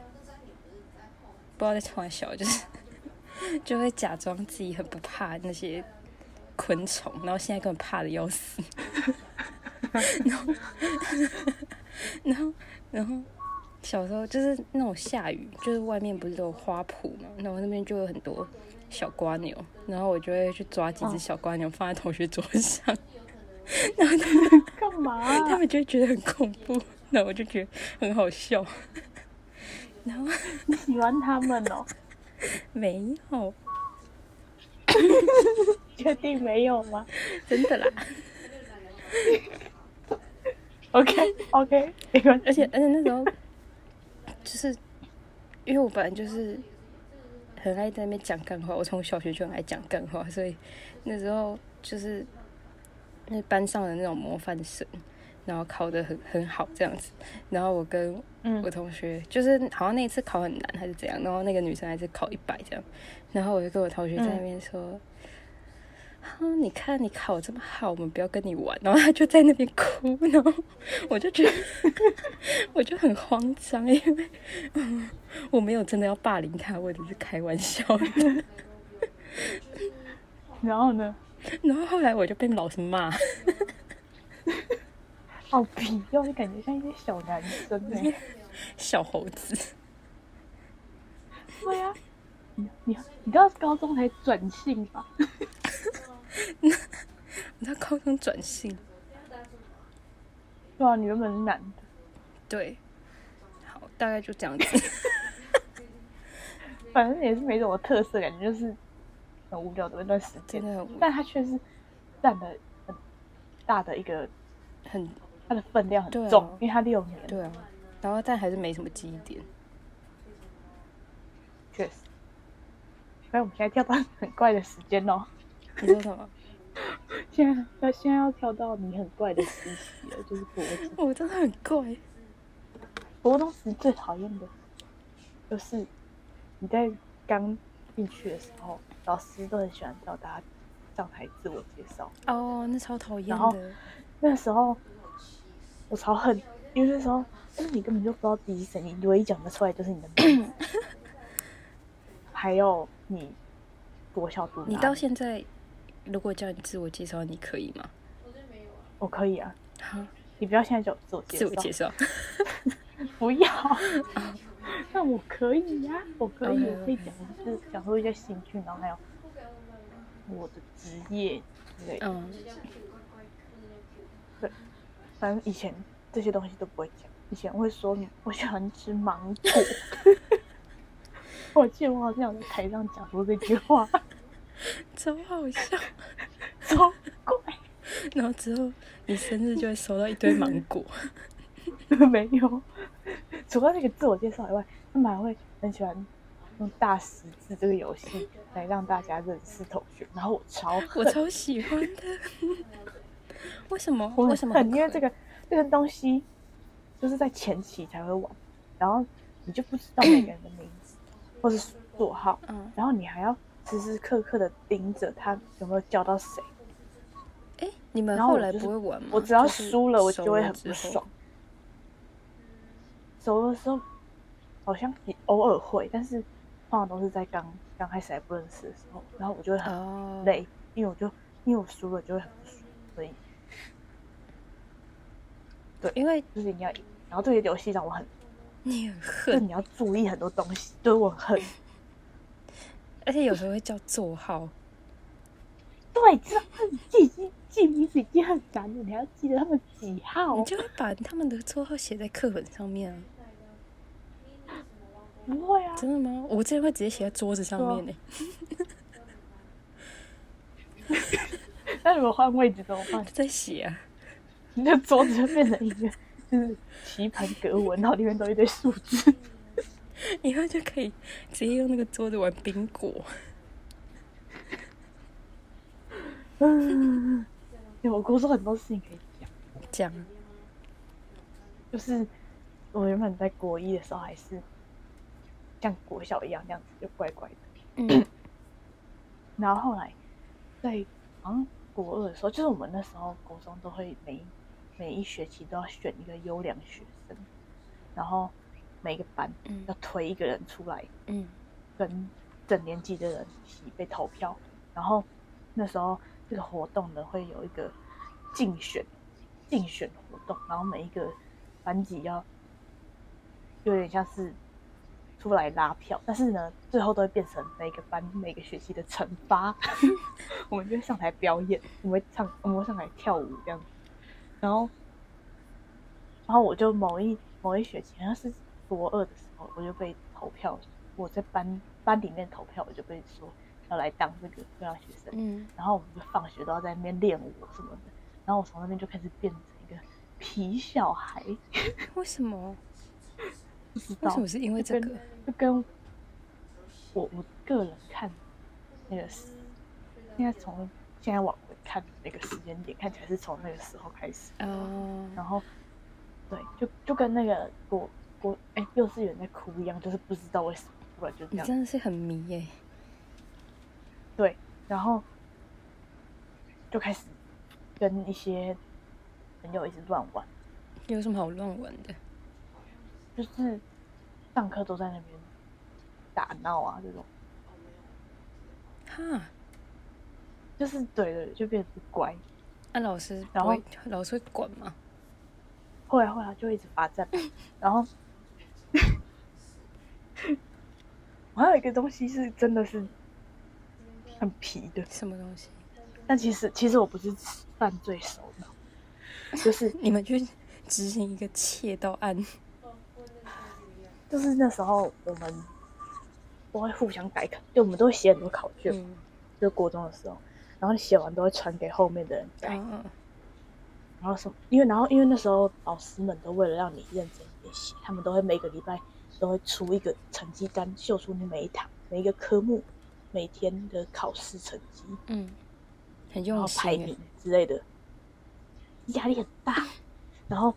Speaker 2: 知道在开玩笑，就是 就会假装自己很不怕那些昆虫，然后现在根本怕的要死， 然后，然后，然后。小时候就是那种下雨，就是外面不是都有花圃嘛，然后那边就有很多小瓜牛，然后我就会去抓几只小瓜牛放在同学桌上，
Speaker 1: 干嘛、啊
Speaker 2: 他们就会觉得很恐怖，然后我就觉得很好笑。
Speaker 1: 你喜欢他们哦？
Speaker 2: 没有，
Speaker 1: 确定没有吗
Speaker 2: 真的啦，
Speaker 1: ？OK OK，没 关系。
Speaker 2: 而且而且那时候就是因为我本来就是很爱在那边讲干话，我从小学就很爱讲干话，所以那时候就是那班上的那种模范生，然后考得很很好这样子，然后我跟
Speaker 1: 嗯
Speaker 2: 我同学就是好像那一次考很难还是怎样，然后那个女生还是考一百这样，然后我就跟我同学在那边说。啊！你看你考这么好，我们不要跟你玩。然后他就在那边哭，然后我就觉得 我就很慌张，因为嗯我没有真的要霸凌他，我只是开玩笑的。
Speaker 1: 然后呢？
Speaker 2: 然后后来我就被老师骂，
Speaker 1: 好皮哦，就感觉像一些小男生哎、
Speaker 2: 小猴子。
Speaker 1: 对呀、啊，你你你到高中才转性吧？
Speaker 2: 我到高中转性，
Speaker 1: 对啊，你原本是男的。
Speaker 2: 对，好，大概就这样子。
Speaker 1: 反正也是没什么特色，感觉就是很无聊的一段时间
Speaker 2: 真的很无聊，
Speaker 1: 但它却是占了很大的一个，
Speaker 2: 很
Speaker 1: 它的分量很
Speaker 2: 对啊
Speaker 1: 重，因为它六年，
Speaker 2: 对啊，然后但还是没什么记忆点。
Speaker 1: 确实。所以我们现在跳到很怪的时间哦，
Speaker 2: 你说 什么？
Speaker 1: 现在要现在要跳到你很怪的时期了，就是国中。
Speaker 2: 我哦真的很怪。
Speaker 1: 国中时最讨厌的，就是你在刚进去的时候，老师都很喜欢叫大家上台自我介绍，
Speaker 2: 哦，那超讨厌
Speaker 1: 然后
Speaker 2: 的。
Speaker 1: 那时候我超恨，因为那时候就是你根本就不知道自己是谁，你唯一讲得出来就是你的名 字，还有你国小读哪里
Speaker 2: 你到现在，如果叫你自我介绍，你可以吗？
Speaker 1: 我可以啊，
Speaker 2: 好，
Speaker 1: 你不要现在叫我自我介
Speaker 2: 自
Speaker 1: 绍，
Speaker 2: 我介绍。
Speaker 1: 不要， 那我可以呀、我可以，
Speaker 2: OK，OK
Speaker 1: 我可以讲，就是讲述一些兴趣，然后还有我的职业之类的，
Speaker 2: 嗯，
Speaker 1: 反正以前这些东西都不会讲，以前会说我喜欢吃芒果。 我记得我好像有在台上讲过这句话，
Speaker 2: 超好笑。
Speaker 1: 超怪，
Speaker 2: 然后之后你生日就会收到一堆芒果。
Speaker 1: 没有。除了那个自我介绍以外，他们还会很喜欢用大十字这个游戏来让大家认识同学，然后我超
Speaker 2: 我
Speaker 1: 恨，
Speaker 2: 超喜欢的。 为什么？
Speaker 1: 我
Speaker 2: 为什么
Speaker 1: 很？因为
Speaker 2: 快
Speaker 1: 这个这个东西就是在前期才会玩，然后你就不知道每个人的名字或是座号，
Speaker 2: 嗯，
Speaker 1: 然后你还要时时刻刻的盯着他有没有叫到谁。
Speaker 2: 哎、你们
Speaker 1: 然后
Speaker 2: 后
Speaker 1: 我
Speaker 2: 来
Speaker 1: 就
Speaker 2: 不
Speaker 1: 是
Speaker 2: 会玩吗？
Speaker 1: 我只要
Speaker 2: 就是
Speaker 1: 输了，我
Speaker 2: 熟
Speaker 1: 就会
Speaker 2: 了
Speaker 1: 很
Speaker 2: 之
Speaker 1: 不
Speaker 2: 后
Speaker 1: 爽。。熟的时候，好像也偶尔会，但是通常都是在刚刚开始还不认识的时候，然后我就会很
Speaker 2: 哦，
Speaker 1: 累，因为我就因为我输了就会很不爽，所以
Speaker 2: 因为
Speaker 1: 就是你要赢。然后这个游戏让我很，
Speaker 2: 你很
Speaker 1: 就
Speaker 2: 恨，
Speaker 1: 你要注意很多东西，对我很恨。
Speaker 2: 而且有时候会叫 座号，
Speaker 1: 对，这记记记名字已经很难了，你还要记得他们几号
Speaker 2: 你？就会把他们的座号写在课本上面啊。
Speaker 1: 不会啊，
Speaker 2: 真的吗？我之前会直接写在桌子上面呢、
Speaker 1: 那如果换位置怎么办？
Speaker 2: 在写啊。
Speaker 1: 你的桌子就变成一个就是棋盘格纹，然后里面都一堆数字。
Speaker 2: 以后就可以直接用那个桌子玩冰果。
Speaker 1: 嗯，对我国中很多事情可以讲，
Speaker 2: 这样，
Speaker 1: 就是我原本在国一的时候还是像国小一样这样子，就乖乖的。
Speaker 2: 嗯
Speaker 1: 然后后来在好像国二的时候，就是我们那时候国中都会每一每一学期都要选一个优良学生，然后每个班
Speaker 2: 嗯
Speaker 1: 要推一个人出来，
Speaker 2: 嗯
Speaker 1: 跟整年级的人一起被投票。然后那时候这个活动呢会有一个竞选竞选活动，然后每一个班级要有点像是出来拉票，但是呢最后都会变成每个班每个学期的惩罚。 我们就会上台表演，我们会唱，我们会上台跳舞这样子。然后，然后我就某一某一学期，好像是国二的时候，我就被投票，我在班班里面投票，我就被说要来当这个重要学生。
Speaker 2: 嗯
Speaker 1: 然后我们就放学都要在那边练舞什么的。然后我从那边就开始变成一个皮小孩，
Speaker 2: 为什么？
Speaker 1: 不知
Speaker 2: 为
Speaker 1: 道
Speaker 2: 什么是因为这个？
Speaker 1: 就跟我我个人看那个时，应该从现在往回看那个时间点，看起来是从那个时候开始。
Speaker 2: 哦，
Speaker 1: 然后，对，就就跟那个国国哎幼稚园在哭一样，就是不知道为什么突然就这
Speaker 2: 你
Speaker 1: 样。
Speaker 2: 真的是很迷耶、
Speaker 1: 对，然后就开始跟一些朋友一直乱玩，
Speaker 2: 有什么好乱玩的？
Speaker 1: 就是上课都在那边打闹啊这种，
Speaker 2: 哈，
Speaker 1: 就是对对，对就变得不乖。
Speaker 2: 那、啊老师不
Speaker 1: 然后
Speaker 2: 会，老师会管吗？
Speaker 1: 后来后来就一直罚站，然后我还有一个东西是真的是很皮的，
Speaker 2: 什么东西？
Speaker 1: 但其实其实我不是犯罪首脑，就是
Speaker 2: 你们去执行一个窃盗案？
Speaker 1: 就是那时候我们都会互相改考，就我们都会写很多考卷，
Speaker 2: 嗯，
Speaker 1: 就国中的时候，然后写完都会传给后面的人改，
Speaker 2: 嗯
Speaker 1: 然后什么，因为然后因为那时候老师们都为了让你认真一点写，他们都会每个礼拜都会出一个成绩单，秀出你每一堂每一个科目每天的考试成绩，
Speaker 2: 嗯，很
Speaker 1: 然
Speaker 2: 用
Speaker 1: 后
Speaker 2: 心
Speaker 1: 排
Speaker 2: 耶
Speaker 1: 名之类的，压力很大。然后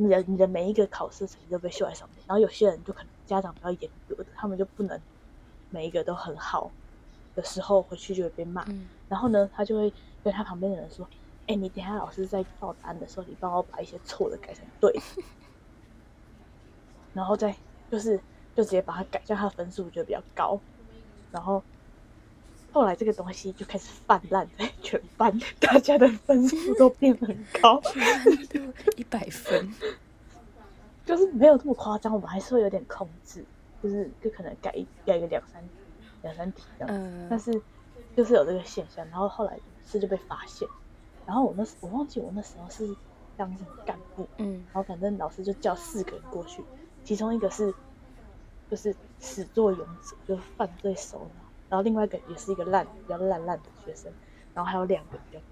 Speaker 1: 你的你的每一个考试成绩都被秀在上面，然后有些人就可能家长比较严格的，他们就不能每一个都很好的时候回去就会被骂。
Speaker 2: 嗯
Speaker 1: 然后呢，他就会跟他旁边的人说：“哎、你等一下老师在报答案的时候，你帮我把一些错的改成对 的。”然后再就是就直接把它改，这样他的分数就比较高。然后后来这个东西就开始泛滥在全班，大家的分数都变得很高， 嗯
Speaker 2: 一百分，
Speaker 1: 就是没有这么夸张，我们还是会有点控制，就是就可能改一改个两三两三题这样子。
Speaker 2: 嗯
Speaker 1: 但，是就是有这个现象，然后后来是就被发现，然后我那时我忘记我那时候是当什么干部，
Speaker 2: 嗯
Speaker 1: 然后反正老师就叫四个人过去，其中一个是就是始作俑者，就是犯罪首脑，然后另外一个也是一个烂比较烂烂的学生，然后还有两个比较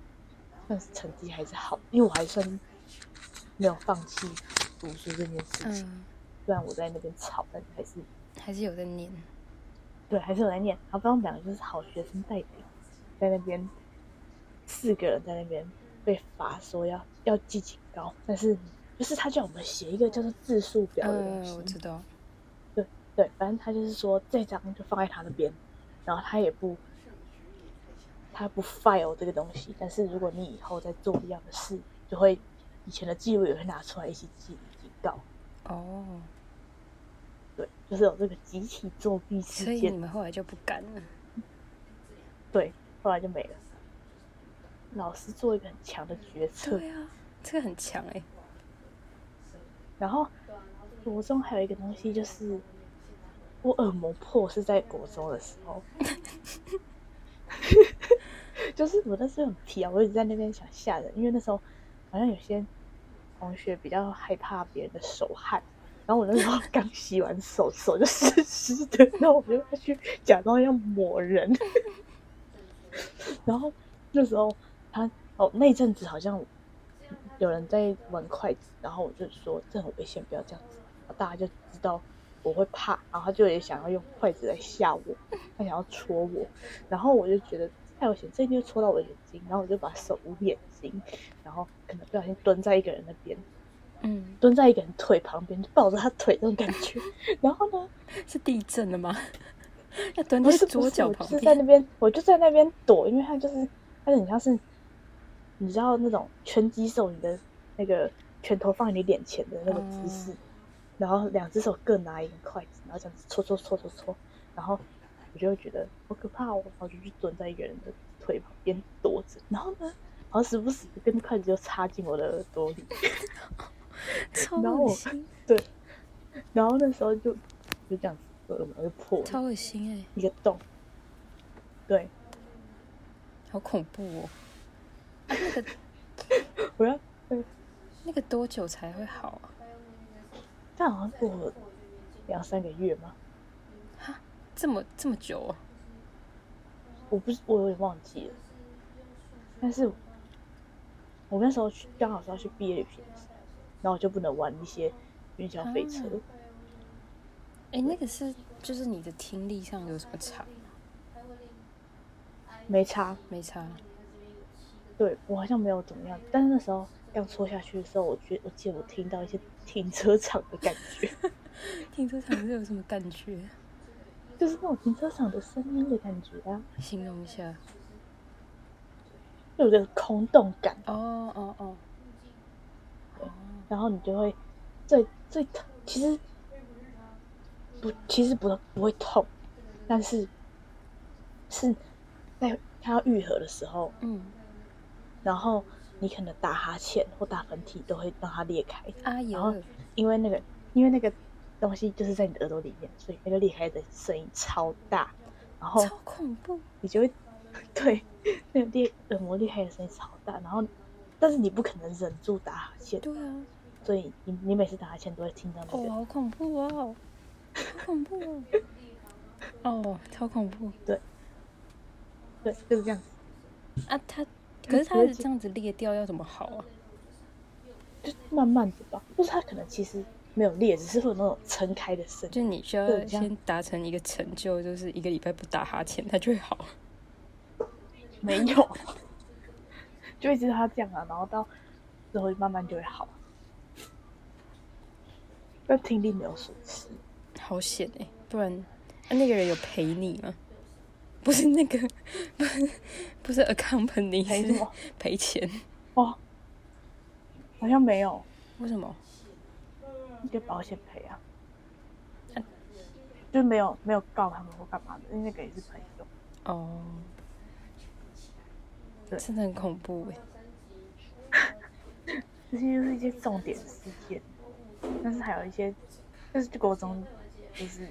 Speaker 1: 算是成绩还是好，因为我还算是没有放弃读书这件事情，
Speaker 2: 嗯，
Speaker 1: 虽然我在那边吵，但是还是
Speaker 2: 还是有在念。
Speaker 1: 对，还是有在念。然后刚刚讲的就是好学生代表，在那边四个人在那边被罚说要要记警告，但是就是他叫我们写一个叫做字数表的东
Speaker 2: 嗯，
Speaker 1: 西，
Speaker 2: 我知道。
Speaker 1: 对，反正他就是说这张就放在他那边，然后他也不他不 file 这个东西，但是如果你以后再做一样的事，就会以前的记录也会拿出来一起记警告，
Speaker 2: 哦，
Speaker 1: 对，就是有这个集体作弊
Speaker 2: 所
Speaker 1: 事
Speaker 2: 以
Speaker 1: 件
Speaker 2: 你，们后来就不敢了。
Speaker 1: 对，后来就没了。老师做一个很强的决策，
Speaker 2: 对啊，这个很强哎、
Speaker 1: 啊然后国中还有一个东西就是，我耳膜破是在国中的时 候，就是我那时候很皮啊，我一直在那边想吓人，因为那时候好像有些同学比较害怕别人的手汗，然后我那时 候刚洗完手，手就湿湿的，然后我就要去假装要抹 人，然后那时候他哦那一阵子好像有人在玩筷子，然后我就说这很危险，不要这样子，然后大家就知道我会怕，然后他就也想要用筷子来吓我，他想要戳我，然后我就觉得太危险，这一定会戳到我的眼睛，然后我就把手捂眼睛，然后可能不小心蹲在一个人那边，
Speaker 2: 嗯，
Speaker 1: 蹲在一个人腿旁边，就抱着他腿那种感觉。 然后呢，
Speaker 2: 是地震了吗？ 要蹲
Speaker 1: 不
Speaker 2: 在
Speaker 1: 是不
Speaker 2: 桌
Speaker 1: 是，
Speaker 2: 角
Speaker 1: 我
Speaker 2: 旁
Speaker 1: 就是在
Speaker 2: 边，
Speaker 1: 那边，我就在那边躲，因为他就是他很像是，你知道那种拳击手，你的那个拳头放在你脸前的那个姿势，然后两只手各拿一根筷子，然后这样子搓搓搓搓搓，然后我就会觉得好可怕哦，然后就去蹲在一个人的腿旁边躲着，然后呢，然后时不时一根筷子就插进我的耳朵里，
Speaker 2: 超
Speaker 1: 然后
Speaker 2: 恶
Speaker 1: 我
Speaker 2: 心，
Speaker 1: 对，然后那时候就就这样子耳膜就破了
Speaker 2: 超恶心哎、
Speaker 1: 一个洞，对。
Speaker 2: 好恐怖哦！那个
Speaker 1: 我要，
Speaker 2: 那个多久才会好啊？
Speaker 1: 但好像过了两三个月嘛，
Speaker 2: 这么这么久、哦？
Speaker 1: 我不是我有点忘记了。但是我那时候去刚好是要去毕业旅行的时候，然后我就不能玩一些云霄飞车，
Speaker 2: 哎、那个是就是你的听力上有什么差？
Speaker 1: 没差。
Speaker 2: 没差，
Speaker 1: 对我好像没有怎么样，但是那时候这样戳下去的时候，我觉我记得我听到一些停车场的感觉，
Speaker 2: 停车场是有什么感觉？
Speaker 1: 就是那种停车场的声音的感觉啊，
Speaker 2: 形容一下。
Speaker 1: 有点空洞感。
Speaker 2: 哦哦哦，
Speaker 1: 然后你就会最最疼，其实不，其实不不会痛，但是是在它要愈合的时候，
Speaker 2: 嗯，
Speaker 1: 然后你可能打哈欠或打喷嚏都会让它裂开，
Speaker 2: 阿
Speaker 1: 然后
Speaker 2: 尤，
Speaker 1: 因为那个因为那个东西就是在你的耳朵里面，所以那个裂开的声音超大，然后
Speaker 2: 超恐怖，
Speaker 1: 你就会对那个裂耳膜裂开的声音超大，然后但是你不可能忍住打哈欠，
Speaker 2: 对啊，
Speaker 1: 所以你你每次打哈欠都会听到那
Speaker 2: 哦，
Speaker 1: 个。
Speaker 2: 好恐怖哦，好恐怖哦，哦，超恐怖
Speaker 1: 对，就是这样子，
Speaker 2: 啊！它可是它
Speaker 1: 我
Speaker 2: 这样子裂掉要怎么好啊？
Speaker 1: 就是慢慢的吧。就是它可能其实没有裂，只是会有那种撑开的声音。
Speaker 2: 就你需
Speaker 1: 对
Speaker 2: 要
Speaker 1: 这样
Speaker 2: 先达成一个成就，就是一个礼拜不打哈欠，它就会好。
Speaker 1: 没有， 就一直它这样啊，然后到之后慢慢就会好。但听力没有损失，
Speaker 2: 好险哎、不然、啊那个人有陪你吗？不是那个，不是不是 accompany，
Speaker 1: 赔什
Speaker 2: 是
Speaker 1: 么？
Speaker 2: 赔钱。
Speaker 1: 哦，好像没有，
Speaker 2: 为什么？
Speaker 1: 一个保险赔啊，哎就没有没有告他们或干嘛的，因为那个也是朋友。
Speaker 2: 哦，
Speaker 1: 对
Speaker 2: 真的很恐怖哎、
Speaker 1: 这些就是一些重点事件，但是还有一些，就是国中就是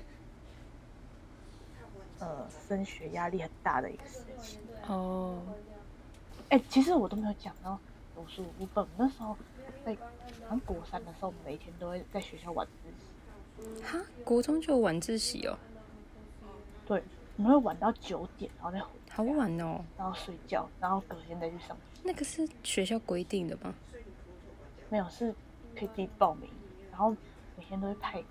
Speaker 1: 呃升学压力很大的一个事情。
Speaker 2: 哦，
Speaker 1: 哎、其实我都没有讲到读书的部分，我那时候在好像国三的时候，每天都会在学校晚自习，
Speaker 2: 哈，国中就有晚自习哦，
Speaker 1: 对，我们会晚到九点，然后再回
Speaker 2: 好晚哦。
Speaker 1: 然后睡觉，然后隔天再去上学。
Speaker 2: 那个是学校规定的吗？
Speaker 1: 没有是可以自己报名，然后每天都会派，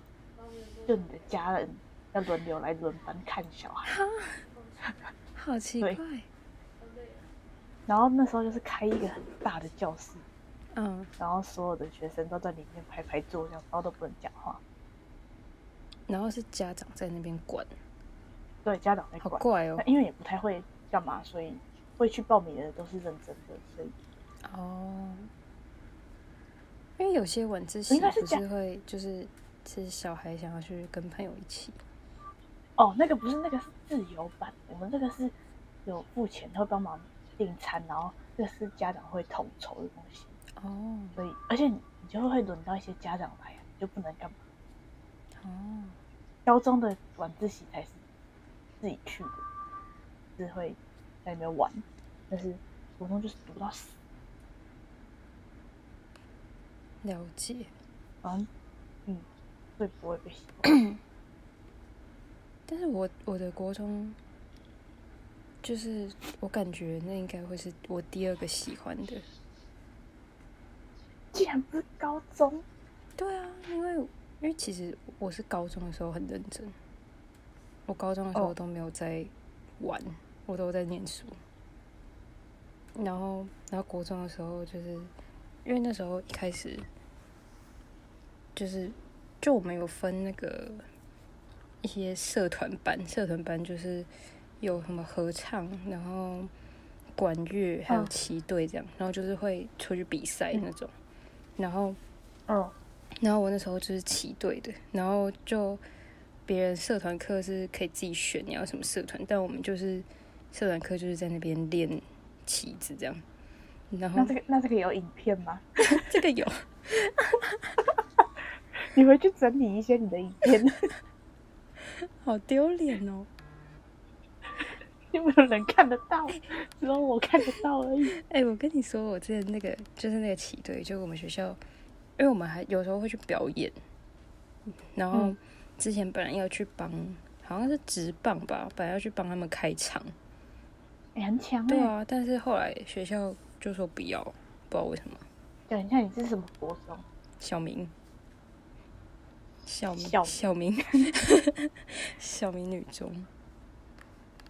Speaker 1: 就你的家人要轮流来轮班看小孩。
Speaker 2: 好奇
Speaker 1: 对
Speaker 2: 怪。
Speaker 1: 然后那时候就是开一个很大的教室，
Speaker 2: 嗯，
Speaker 1: 然后所有的学生都在里面排排坐，这样，然后都不能讲话。
Speaker 2: 然后是家长在那边管，
Speaker 1: 对，家长在
Speaker 2: 好
Speaker 1: 管。哎
Speaker 2: 怪哦
Speaker 1: 那。因为也不太会干嘛，所以会去报名的都是认真的，所以
Speaker 2: 哦，因为有些晚自
Speaker 1: 应
Speaker 2: 习
Speaker 1: 该是
Speaker 2: 不
Speaker 1: 这
Speaker 2: 是会就是是小孩想要去跟朋友一起，
Speaker 1: 哦，那个不是那个是自由班，我们这个是有付钱，会帮忙订餐，然后这是家长会统筹的东西，
Speaker 2: 哦
Speaker 1: 所以而且你就会轮到一些家长来，啊你就不能干嘛。
Speaker 2: 哦，
Speaker 1: 高中的晚自习才是自己去的，是会在那边玩，但是国中就是读到死，
Speaker 2: 了解。
Speaker 1: 反正嗯，会不会被习惯？
Speaker 2: 但是我我的国中，就是我感觉那应该会是我第二个喜欢的。
Speaker 1: 既然不是高中，
Speaker 2: 对啊，因为因为其实我是高中的时候很认真，我高中的时
Speaker 1: 哦
Speaker 2: 候都没有在玩，我都在念书。然后，然后国中的时候，就是因为那时候一开始就是就我们有分那个一些社团班，社团班就是有什么合唱，然后管乐，还有
Speaker 1: 嗯
Speaker 2: 旗队这样，然后就是会出去比赛那种，然后
Speaker 1: 嗯
Speaker 2: 然后我那时候就是旗队的，然后就别人社团课是可以自己选你要什么社团，但我们就是社团课就是在那边练旗子这样。然后
Speaker 1: 那这个那这个有影片吗？
Speaker 2: 这个有，
Speaker 1: 你回去整理一些你的影片，
Speaker 2: 好丢脸哦！
Speaker 1: 有没有人看得到？只有我看得到而已。
Speaker 2: 哎、我跟你说，我之前那个就是那个旗队，就我们学校，因为我们还有时候会去表演，然后
Speaker 1: 嗯
Speaker 2: 之前本来要去帮，好像是直棒吧，本来要去帮他们开场，
Speaker 1: 哎很强
Speaker 2: 对
Speaker 1: 哎、
Speaker 2: 啊，但是后来学校就说不要，不知道为什么。
Speaker 1: 等一下，你是什么国中？
Speaker 2: 小明，小明，
Speaker 1: 小
Speaker 2: 小明， 小明女中，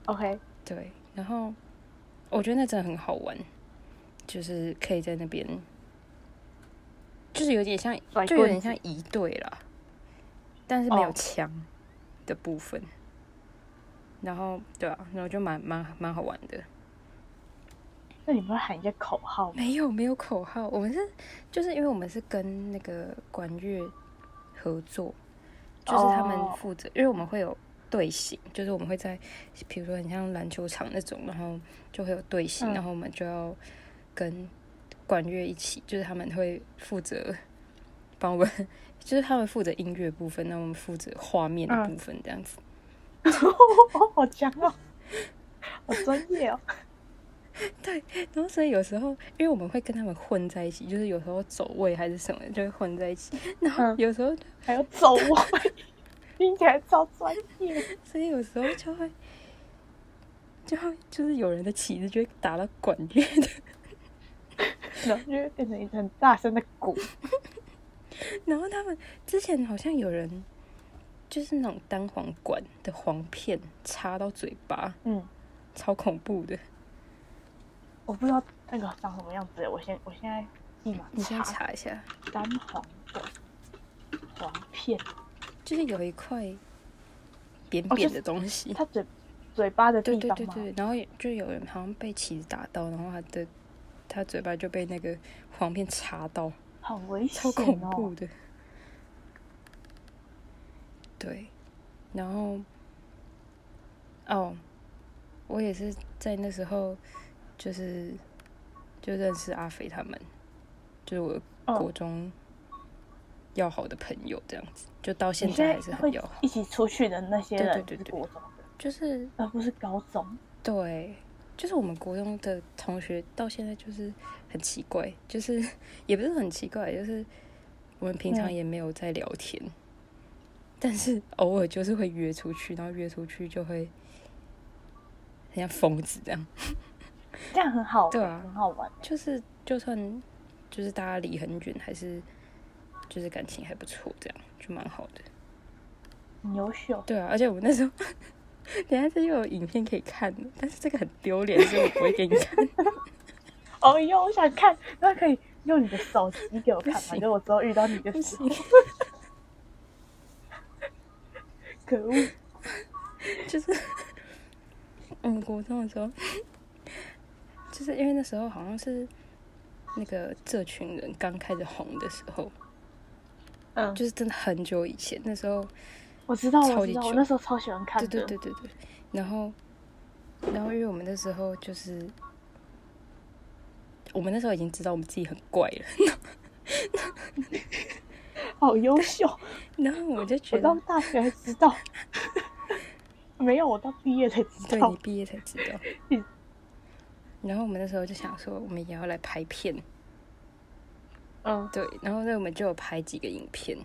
Speaker 1: OK，
Speaker 2: 对。然后我觉得那真的很好玩，就是可以在那边，就是有点像，
Speaker 1: 甩
Speaker 2: 就有
Speaker 1: 棍
Speaker 2: 点
Speaker 1: 子
Speaker 2: 像一队啦，但是没有
Speaker 1: 哦
Speaker 2: 枪的部分。然后对啊，然后就蛮蛮蛮好玩的。
Speaker 1: 那你不会喊一些口号吗？
Speaker 2: 没有没有口号，我们是就是因为我们是跟那个管乐合作，就是他们
Speaker 1: 哦
Speaker 2: 负责因为我们会有队形，就是我们会在比如说很像篮球场那种，然后就会有队形，
Speaker 1: 嗯
Speaker 2: 然后我们就要跟管乐一起，就是他们会负责帮我们， 就是他们负责音乐部分，那我们负责画面的
Speaker 1: 嗯
Speaker 2: 部分这样子。
Speaker 1: 哦，好强哦， 好专业哦。
Speaker 2: 然后所以有时候，因为我们会跟他们混在一起，就是有时候走位还是什么，就会混在一起。然后
Speaker 1: 嗯
Speaker 2: 有时候
Speaker 1: 还要走我，听起来超专业。
Speaker 2: 所以有时候就会，就会就是有人的旗子就会打到管乐的，
Speaker 1: 然后就会变成一阵大声的鼓。
Speaker 2: 然后他们之前好像有人就是那种单簧管的簧片插到嘴巴，
Speaker 1: 嗯，
Speaker 2: 超恐怖的。
Speaker 1: 我不知道那个长什么样子，我先我现在立马
Speaker 2: 你先查一下，
Speaker 1: 单簧管簧片，
Speaker 2: 就是有一块扁
Speaker 1: 哦就
Speaker 2: 扁
Speaker 1: 是
Speaker 2: 的东西，
Speaker 1: 它嘴嘴巴的
Speaker 2: 对
Speaker 1: 地
Speaker 2: 对
Speaker 1: 方
Speaker 2: 对
Speaker 1: 吗？
Speaker 2: 对，然后也就有人好像被旗子打到，然后他的他嘴巴就被那个簧片插到。
Speaker 1: 好 危
Speaker 2: 超
Speaker 1: 险
Speaker 2: 恐
Speaker 1: 哦
Speaker 2: 怖！的。对，然后哦，我也是在那时候，就是就认识阿肥他们，就是我
Speaker 1: 嗯
Speaker 2: 国中要好的朋友，这样子，就到现
Speaker 1: 你
Speaker 2: 在
Speaker 1: 现
Speaker 2: 还是
Speaker 1: 会
Speaker 2: 很要好。
Speaker 1: 一起出去的那些
Speaker 2: 对对
Speaker 1: 人
Speaker 2: 对
Speaker 1: 是
Speaker 2: 对
Speaker 1: 国中的，
Speaker 2: 就是
Speaker 1: 而不是高中。
Speaker 2: 对，就是我们国中的同学到现在就是很奇怪，就是也不是很奇怪，就是我们平常
Speaker 1: 嗯
Speaker 2: 也没有在聊天，但是偶尔就是会约出去，然后约出去就会很像疯子这样，
Speaker 1: 这样很好，
Speaker 2: 对啊
Speaker 1: 很好玩。
Speaker 2: 就是就算就是大家离很远，还是就是感情还不错，这样就蛮好的。
Speaker 1: 很优秀，
Speaker 2: 对啊，而且我们那时候， 等一下这又有影片可以看的，但是这个很丢脸，所以我不会给你看。
Speaker 1: 哦哟，我想看，那可以用你的手机给我看
Speaker 2: 不
Speaker 1: 吗？
Speaker 2: 行
Speaker 1: 就我之后遇到你的
Speaker 2: 不
Speaker 1: 时候
Speaker 2: 行，
Speaker 1: 可恶，
Speaker 2: 就是我们国中的时候，就是因为那时候好像是那个这群人刚开始红的时候，
Speaker 1: 嗯，
Speaker 2: 就是真的很久以前，那时候，
Speaker 1: 我知道，
Speaker 2: 超
Speaker 1: 我
Speaker 2: 级
Speaker 1: 知道，
Speaker 2: 久
Speaker 1: 我那时候超喜欢看
Speaker 2: 对
Speaker 1: 的。
Speaker 2: 对对对对，然后，然后因为我们那时候就是，我们那时候已经知道我们自己很怪了，
Speaker 1: 好优秀！
Speaker 2: 然后我就觉
Speaker 1: 我到
Speaker 2: 得，
Speaker 1: 大学才知 道，没有，我到毕业才知
Speaker 2: 对
Speaker 1: 道
Speaker 2: 你。毕业才知 道
Speaker 1: 嗯，
Speaker 2: 然后我们那时候就想说，我们也要来拍片，
Speaker 1: 嗯，
Speaker 2: 对，然后呢，我们就有拍几个影片，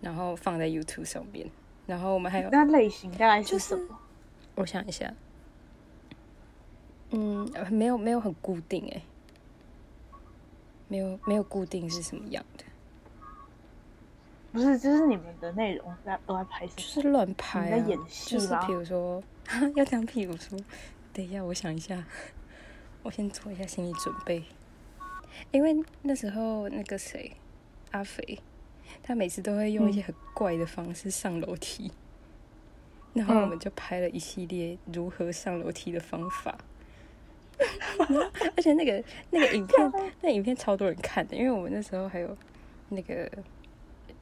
Speaker 2: 然后放在 YouTube 上面。然后我们还有，
Speaker 1: 那类型大概
Speaker 2: 就是是
Speaker 1: 什么？
Speaker 2: 我想一下，嗯，呃没有没有很固定哎、没有没有固定是什么样的，
Speaker 1: 不是，就是你们的内容在都在拍
Speaker 2: 就
Speaker 1: 什
Speaker 2: 是
Speaker 1: 么？
Speaker 2: 乱拍、啊，
Speaker 1: 你在演戏
Speaker 2: 就是
Speaker 1: 吗
Speaker 2: 比如说， 要讲比如说，等一下，我想一下，我先做一下心理准备，因为那时候那个谁，阿肥，他每次都会用一些很怪的方式上楼梯，
Speaker 1: 嗯
Speaker 2: 然后我们就拍了一系列如何上楼梯的方法。 而且那个那个影 片，那影片超多人看的，因为我们那时候还有那个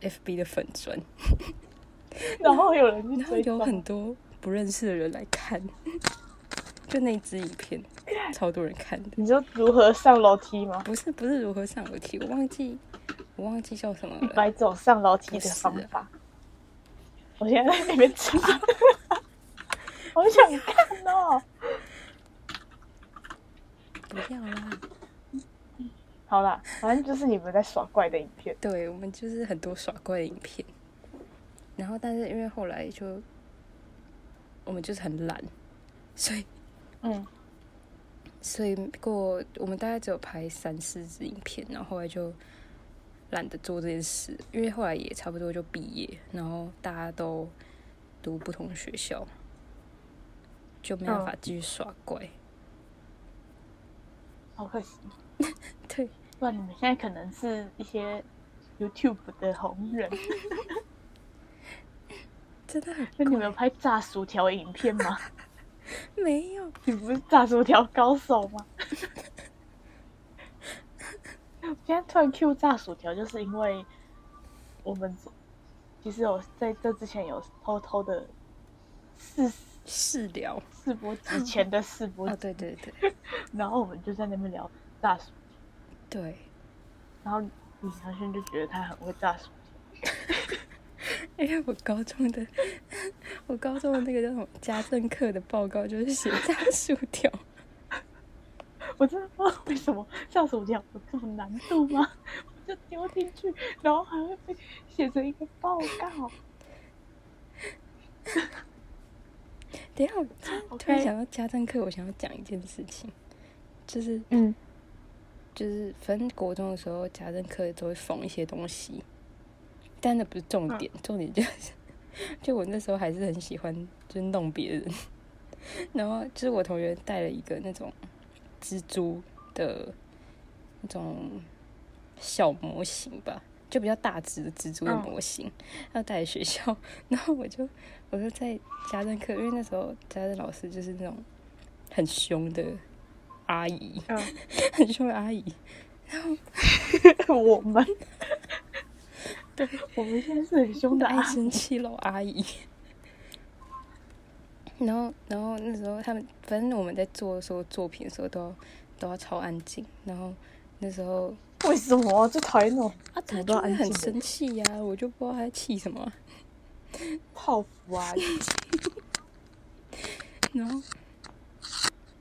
Speaker 2: FB 的粉砖，
Speaker 1: 然后有人去
Speaker 2: 然后
Speaker 1: 追
Speaker 2: 有
Speaker 1: 踪，
Speaker 2: 很多不认识的人来看， 就那支影片超多人看的。
Speaker 1: 你就如何上楼梯吗？
Speaker 2: 不是不是如何上楼梯，我忘记我忘记叫什么
Speaker 1: 一
Speaker 2: 了。
Speaker 1: 百种上楼梯的方法。我现在在那边 查，好想看哦。
Speaker 2: 不要啦，
Speaker 1: 好啦，反正就是你们在耍怪的影片。
Speaker 2: 对我们就是很多耍怪的影片，然后但是因为后来就我们就是很懒，所以
Speaker 1: 嗯，
Speaker 2: 所以过我们大概只有拍三四支影片，然后后来就懒得做这件事，因为后来也差不多就毕业，然后大家都读不同学校，就没办法继续耍怪。
Speaker 1: 好可惜。
Speaker 2: 对，
Speaker 1: 不然你们现在可能是一些 YouTube 的红人。
Speaker 2: 真的很
Speaker 1: 那你们有拍炸薯条影片 吗？
Speaker 2: 没有。
Speaker 1: 你不是炸薯条高手吗？我现在突然 Q 炸薯条，就是因为我们其实有在这之前有偷偷的试
Speaker 2: 试聊
Speaker 1: 试播之前的试播
Speaker 2: 哦，，对对对
Speaker 1: 然后我们就在那边聊炸薯，
Speaker 2: 对，
Speaker 1: 然后李长轩就觉得他很会炸薯，
Speaker 2: 因为我高中的我高中的那个叫什么家政课的报告就是写炸薯条，
Speaker 1: 我真的不知道为什么炸薯条有这么难度吗？我就丢进去，然后还会被写成一个报告。
Speaker 2: 等一下，我
Speaker 1: OK
Speaker 2: 突然突然想到家政课，我想要讲一件事情，就是
Speaker 1: 嗯
Speaker 2: 就是，反正国中的时候家政课都会缝一些东西，但那不是重
Speaker 1: 嗯
Speaker 2: 点，重点就是，就我那时候还是很喜欢就是弄别人，然后就是我同学带了一个那种蜘蛛的那种小模型吧，就比较大只的蜘蛛的
Speaker 1: 嗯
Speaker 2: 模型，他带来学校，然后我就我就在家政课，因为那时候家政老师就是那种很凶的阿姨，
Speaker 1: 嗯，
Speaker 2: 很凶的阿姨，
Speaker 1: 我们，对，我们现在是很凶的
Speaker 2: 爱
Speaker 1: 啊。
Speaker 2: 生气老阿姨。然后，然后那时候他们，反正我们在做说作品的时候，都要都要超安静。然后那时候
Speaker 1: 为什么我最讨厌那种
Speaker 2: 啊，
Speaker 1: 怎
Speaker 2: 他
Speaker 1: 么都
Speaker 2: 就
Speaker 1: 要
Speaker 2: 会
Speaker 1: 安
Speaker 2: 很
Speaker 1: 静的
Speaker 2: 生气呀、我就不知道他在气什么啊、
Speaker 1: 泡芙啊？
Speaker 2: 然后，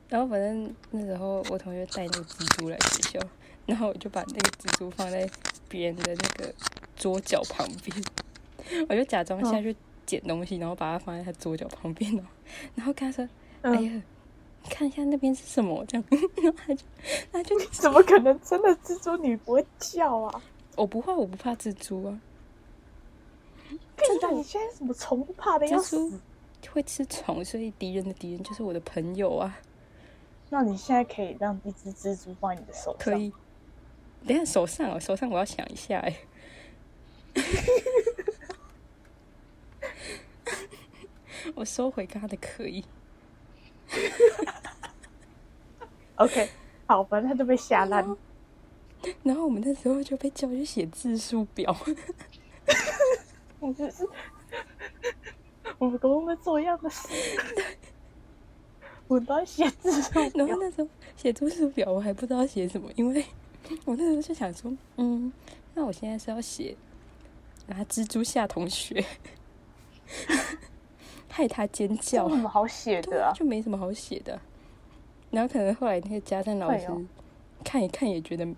Speaker 2: 然后反正那时候我同学带那个蜘蛛来学校，然后我就把那个蜘蛛放在别人的那个桌角旁边，我就假装下去捡东西，然后把它放在他桌角旁边，然后然后跟他说：“
Speaker 1: 嗯
Speaker 2: 哎呀，你看一下那边是什么？”这样， 然后他就他就
Speaker 1: 怎么可能？真的蜘蛛女不会叫啊？
Speaker 2: 我不怕，我不怕蜘蛛啊，
Speaker 1: 真的，你现在什么宠物怕的要
Speaker 2: 蜘
Speaker 1: 死
Speaker 2: 蛛？会吃虫，所以敌人的敌人就是我的朋友啊，
Speaker 1: 那你现在可以让一只蜘蛛放在你的手上，
Speaker 2: 可以。等一下手上哦，手上我要想一下哎、 我收回刚刚的可以，
Speaker 1: ？OK，好，反正它就被吓
Speaker 2: 啊
Speaker 1: 烂。
Speaker 2: 然后我们那时候就被叫去写字数表，
Speaker 1: 我只是，我们公公在做一样的事，我们都在写字数
Speaker 2: 然
Speaker 1: 表
Speaker 2: 后。那时候写字数表我还不知道写什么，因为 我那时候就想说，嗯，那我现在是要写拿蜘蛛吓同学， 害他尖
Speaker 1: 这
Speaker 2: 叫
Speaker 1: 有，什么好写
Speaker 2: 对
Speaker 1: 的啊？
Speaker 2: 就没什么好写的。然后可能后来那个家政老
Speaker 1: 会
Speaker 2: 师
Speaker 1: 哦
Speaker 2: 看一看也觉得嗯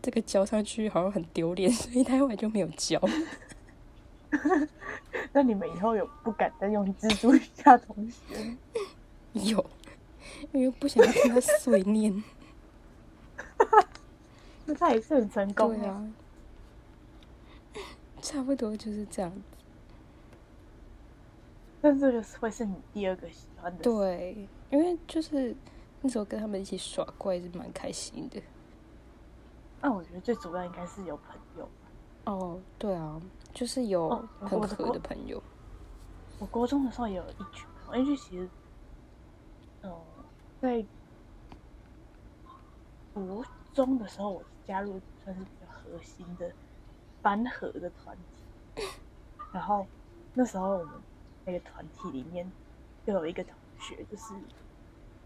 Speaker 2: 这个交上去好像很丢脸， 所以他后来就没有交。
Speaker 1: 那你们以后有不敢再用蜘蛛吓同学吗？
Speaker 2: 有，因为不想要听他碎 念。
Speaker 1: 那他也是很成功
Speaker 2: 对
Speaker 1: 的。
Speaker 2: 啊，差不多就是这样。
Speaker 1: 但这个会是你第二个喜欢的。，
Speaker 2: 对，因为就是那时候跟他们一起耍怪是蛮开心的。
Speaker 1: 那我觉得最主要应该是有朋友吧，
Speaker 2: 哦，对啊，就是有
Speaker 1: 哦
Speaker 2: 很
Speaker 1: 我的
Speaker 2: 合
Speaker 1: 国
Speaker 2: 的朋友，
Speaker 1: 我国中的时候也有一局，我一局其实，嗯、在国中的时候，我加入算是比较核心的班合的团体，然后那时候我们那个团体里面就有一个同学，就是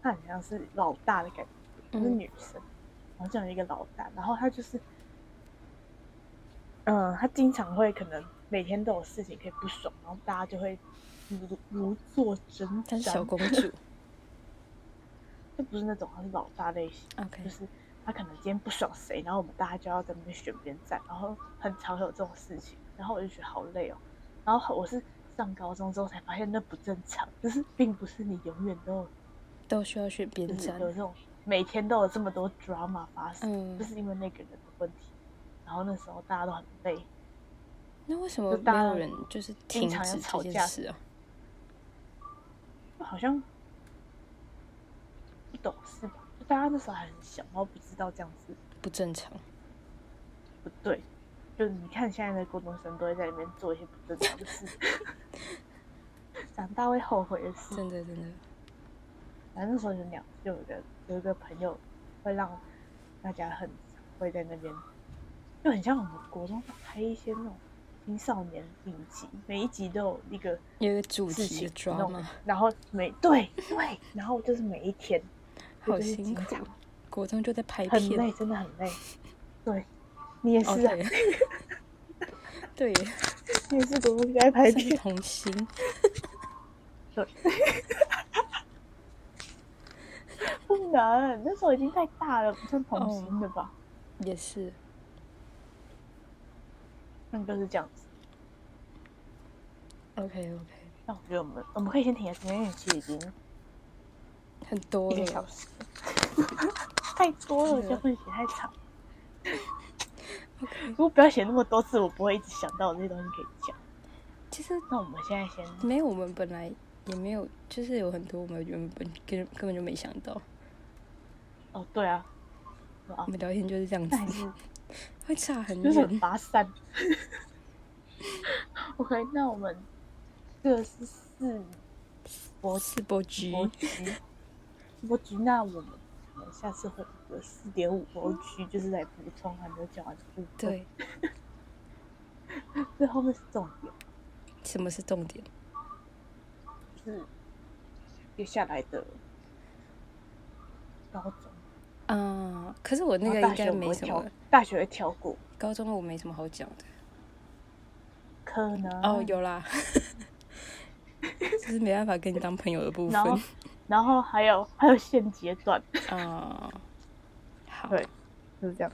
Speaker 1: 她很像是老大的感觉，就是
Speaker 2: 嗯
Speaker 1: 女生，然后这样一个老大，然后她就是嗯，他经常会可能每天都有事情可以不爽，然后大家就会如如坐针毡。
Speaker 2: 她是小公 主
Speaker 1: 这不是那种，他是老大类型，
Speaker 2: ，OK，
Speaker 1: 就是他可能今天不爽谁，然后我们大家就要在那边选边站，然后很常有这种事情，然后我就觉得好累哦。然后我是上高中之后才发现那不正常，就是并不是你永远都有
Speaker 2: 都需要选边
Speaker 1: 就是
Speaker 2: 站，
Speaker 1: 有这种每天都有这么多 drama 发生，
Speaker 2: 嗯
Speaker 1: 就是因为那个人的问题。然后那时候大家都很累，
Speaker 2: 那为什么
Speaker 1: 就大
Speaker 2: 没有
Speaker 1: 家
Speaker 2: 人就是
Speaker 1: 经
Speaker 2: 停
Speaker 1: 常要
Speaker 2: 止
Speaker 1: 吵
Speaker 2: 这件
Speaker 1: 架
Speaker 2: 事啊？
Speaker 1: 好像不懂事吧？就大家那时候还很小，然后不知道这样子
Speaker 2: 不正常，
Speaker 1: 哦不对。就是你看现在的高中生都会在里面做一些不正常的事， 长大会后悔的事。
Speaker 2: 真的真的，
Speaker 1: 反正那时候就那样，就有一个有一个朋友会让大家很会在那边，就很像我们国中拍一些那种青少年影集，每一集都有一个
Speaker 2: 有一个主
Speaker 1: 事
Speaker 2: 题
Speaker 1: 情
Speaker 2: 的抓
Speaker 1: 弄
Speaker 2: 嘛，
Speaker 1: 然后每对对，然后就是每一天，
Speaker 2: 好
Speaker 1: 就是
Speaker 2: 辛
Speaker 1: 经
Speaker 2: 苦
Speaker 1: 常，
Speaker 2: 国中就在拍
Speaker 1: 很累，
Speaker 2: 片，
Speaker 1: 真的很累。对，你也
Speaker 2: 哦
Speaker 1: 是啊，
Speaker 2: 对，对 耶，
Speaker 1: 你也是国中在拍
Speaker 2: 算是
Speaker 1: 片。
Speaker 2: 童星，
Speaker 1: 对， 不能，那时候已经太大了，不算
Speaker 2: 哦
Speaker 1: 童星了吧？
Speaker 2: 也是，
Speaker 1: 那、就是这样子。
Speaker 2: OK OK，
Speaker 1: 那我觉得我们我们可以先停在这边，因为其实已经
Speaker 2: 很多
Speaker 1: 一个小
Speaker 2: 了。
Speaker 1: 时了， 太多了，
Speaker 2: 是
Speaker 1: 这样会写太长。
Speaker 2: OK，
Speaker 1: 如果不要写那么多字，我不会一直想到这些东西可以讲。
Speaker 2: 其实
Speaker 1: 那我们现在先，
Speaker 2: 没有，我们本来也没有，就是有很多我们原本根根本就没想到，
Speaker 1: 哦，对啊，
Speaker 2: 我们聊天就是这样子
Speaker 1: 那，还是
Speaker 2: 会差很
Speaker 1: 就是很
Speaker 2: 远。
Speaker 1: 发散。OK，那我们这个是四
Speaker 2: 我是波局，
Speaker 1: 博局，博局。那我们可能下次会有个四点五博局，就是来补充啊还没有讲完的部分。，
Speaker 2: 对，
Speaker 1: 最后面是重点，
Speaker 2: 什么是重点？
Speaker 1: 就是接下来的高中。
Speaker 2: 啊、可是我那个
Speaker 1: 然后
Speaker 2: 应
Speaker 1: 大学
Speaker 2: 该
Speaker 1: 我不
Speaker 2: 没
Speaker 1: 会
Speaker 2: 什
Speaker 1: 跳
Speaker 2: 么，
Speaker 1: 大学会跳过，
Speaker 2: 高中我没什么好讲的。
Speaker 1: 可能
Speaker 2: 哦，。有啦，就是没办法跟你当朋友的部分
Speaker 1: 然后，然后还有还有现阶段，
Speaker 2: 啊、好
Speaker 1: 对，就是这样。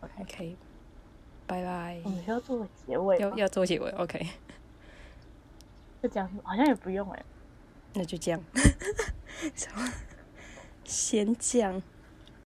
Speaker 2: ，OK，拜拜
Speaker 1: 我。们需要做个结尾吗，
Speaker 2: 要要做结尾，OK，
Speaker 1: 就讲好像也不用哎、
Speaker 2: 那就这样，什么先这样。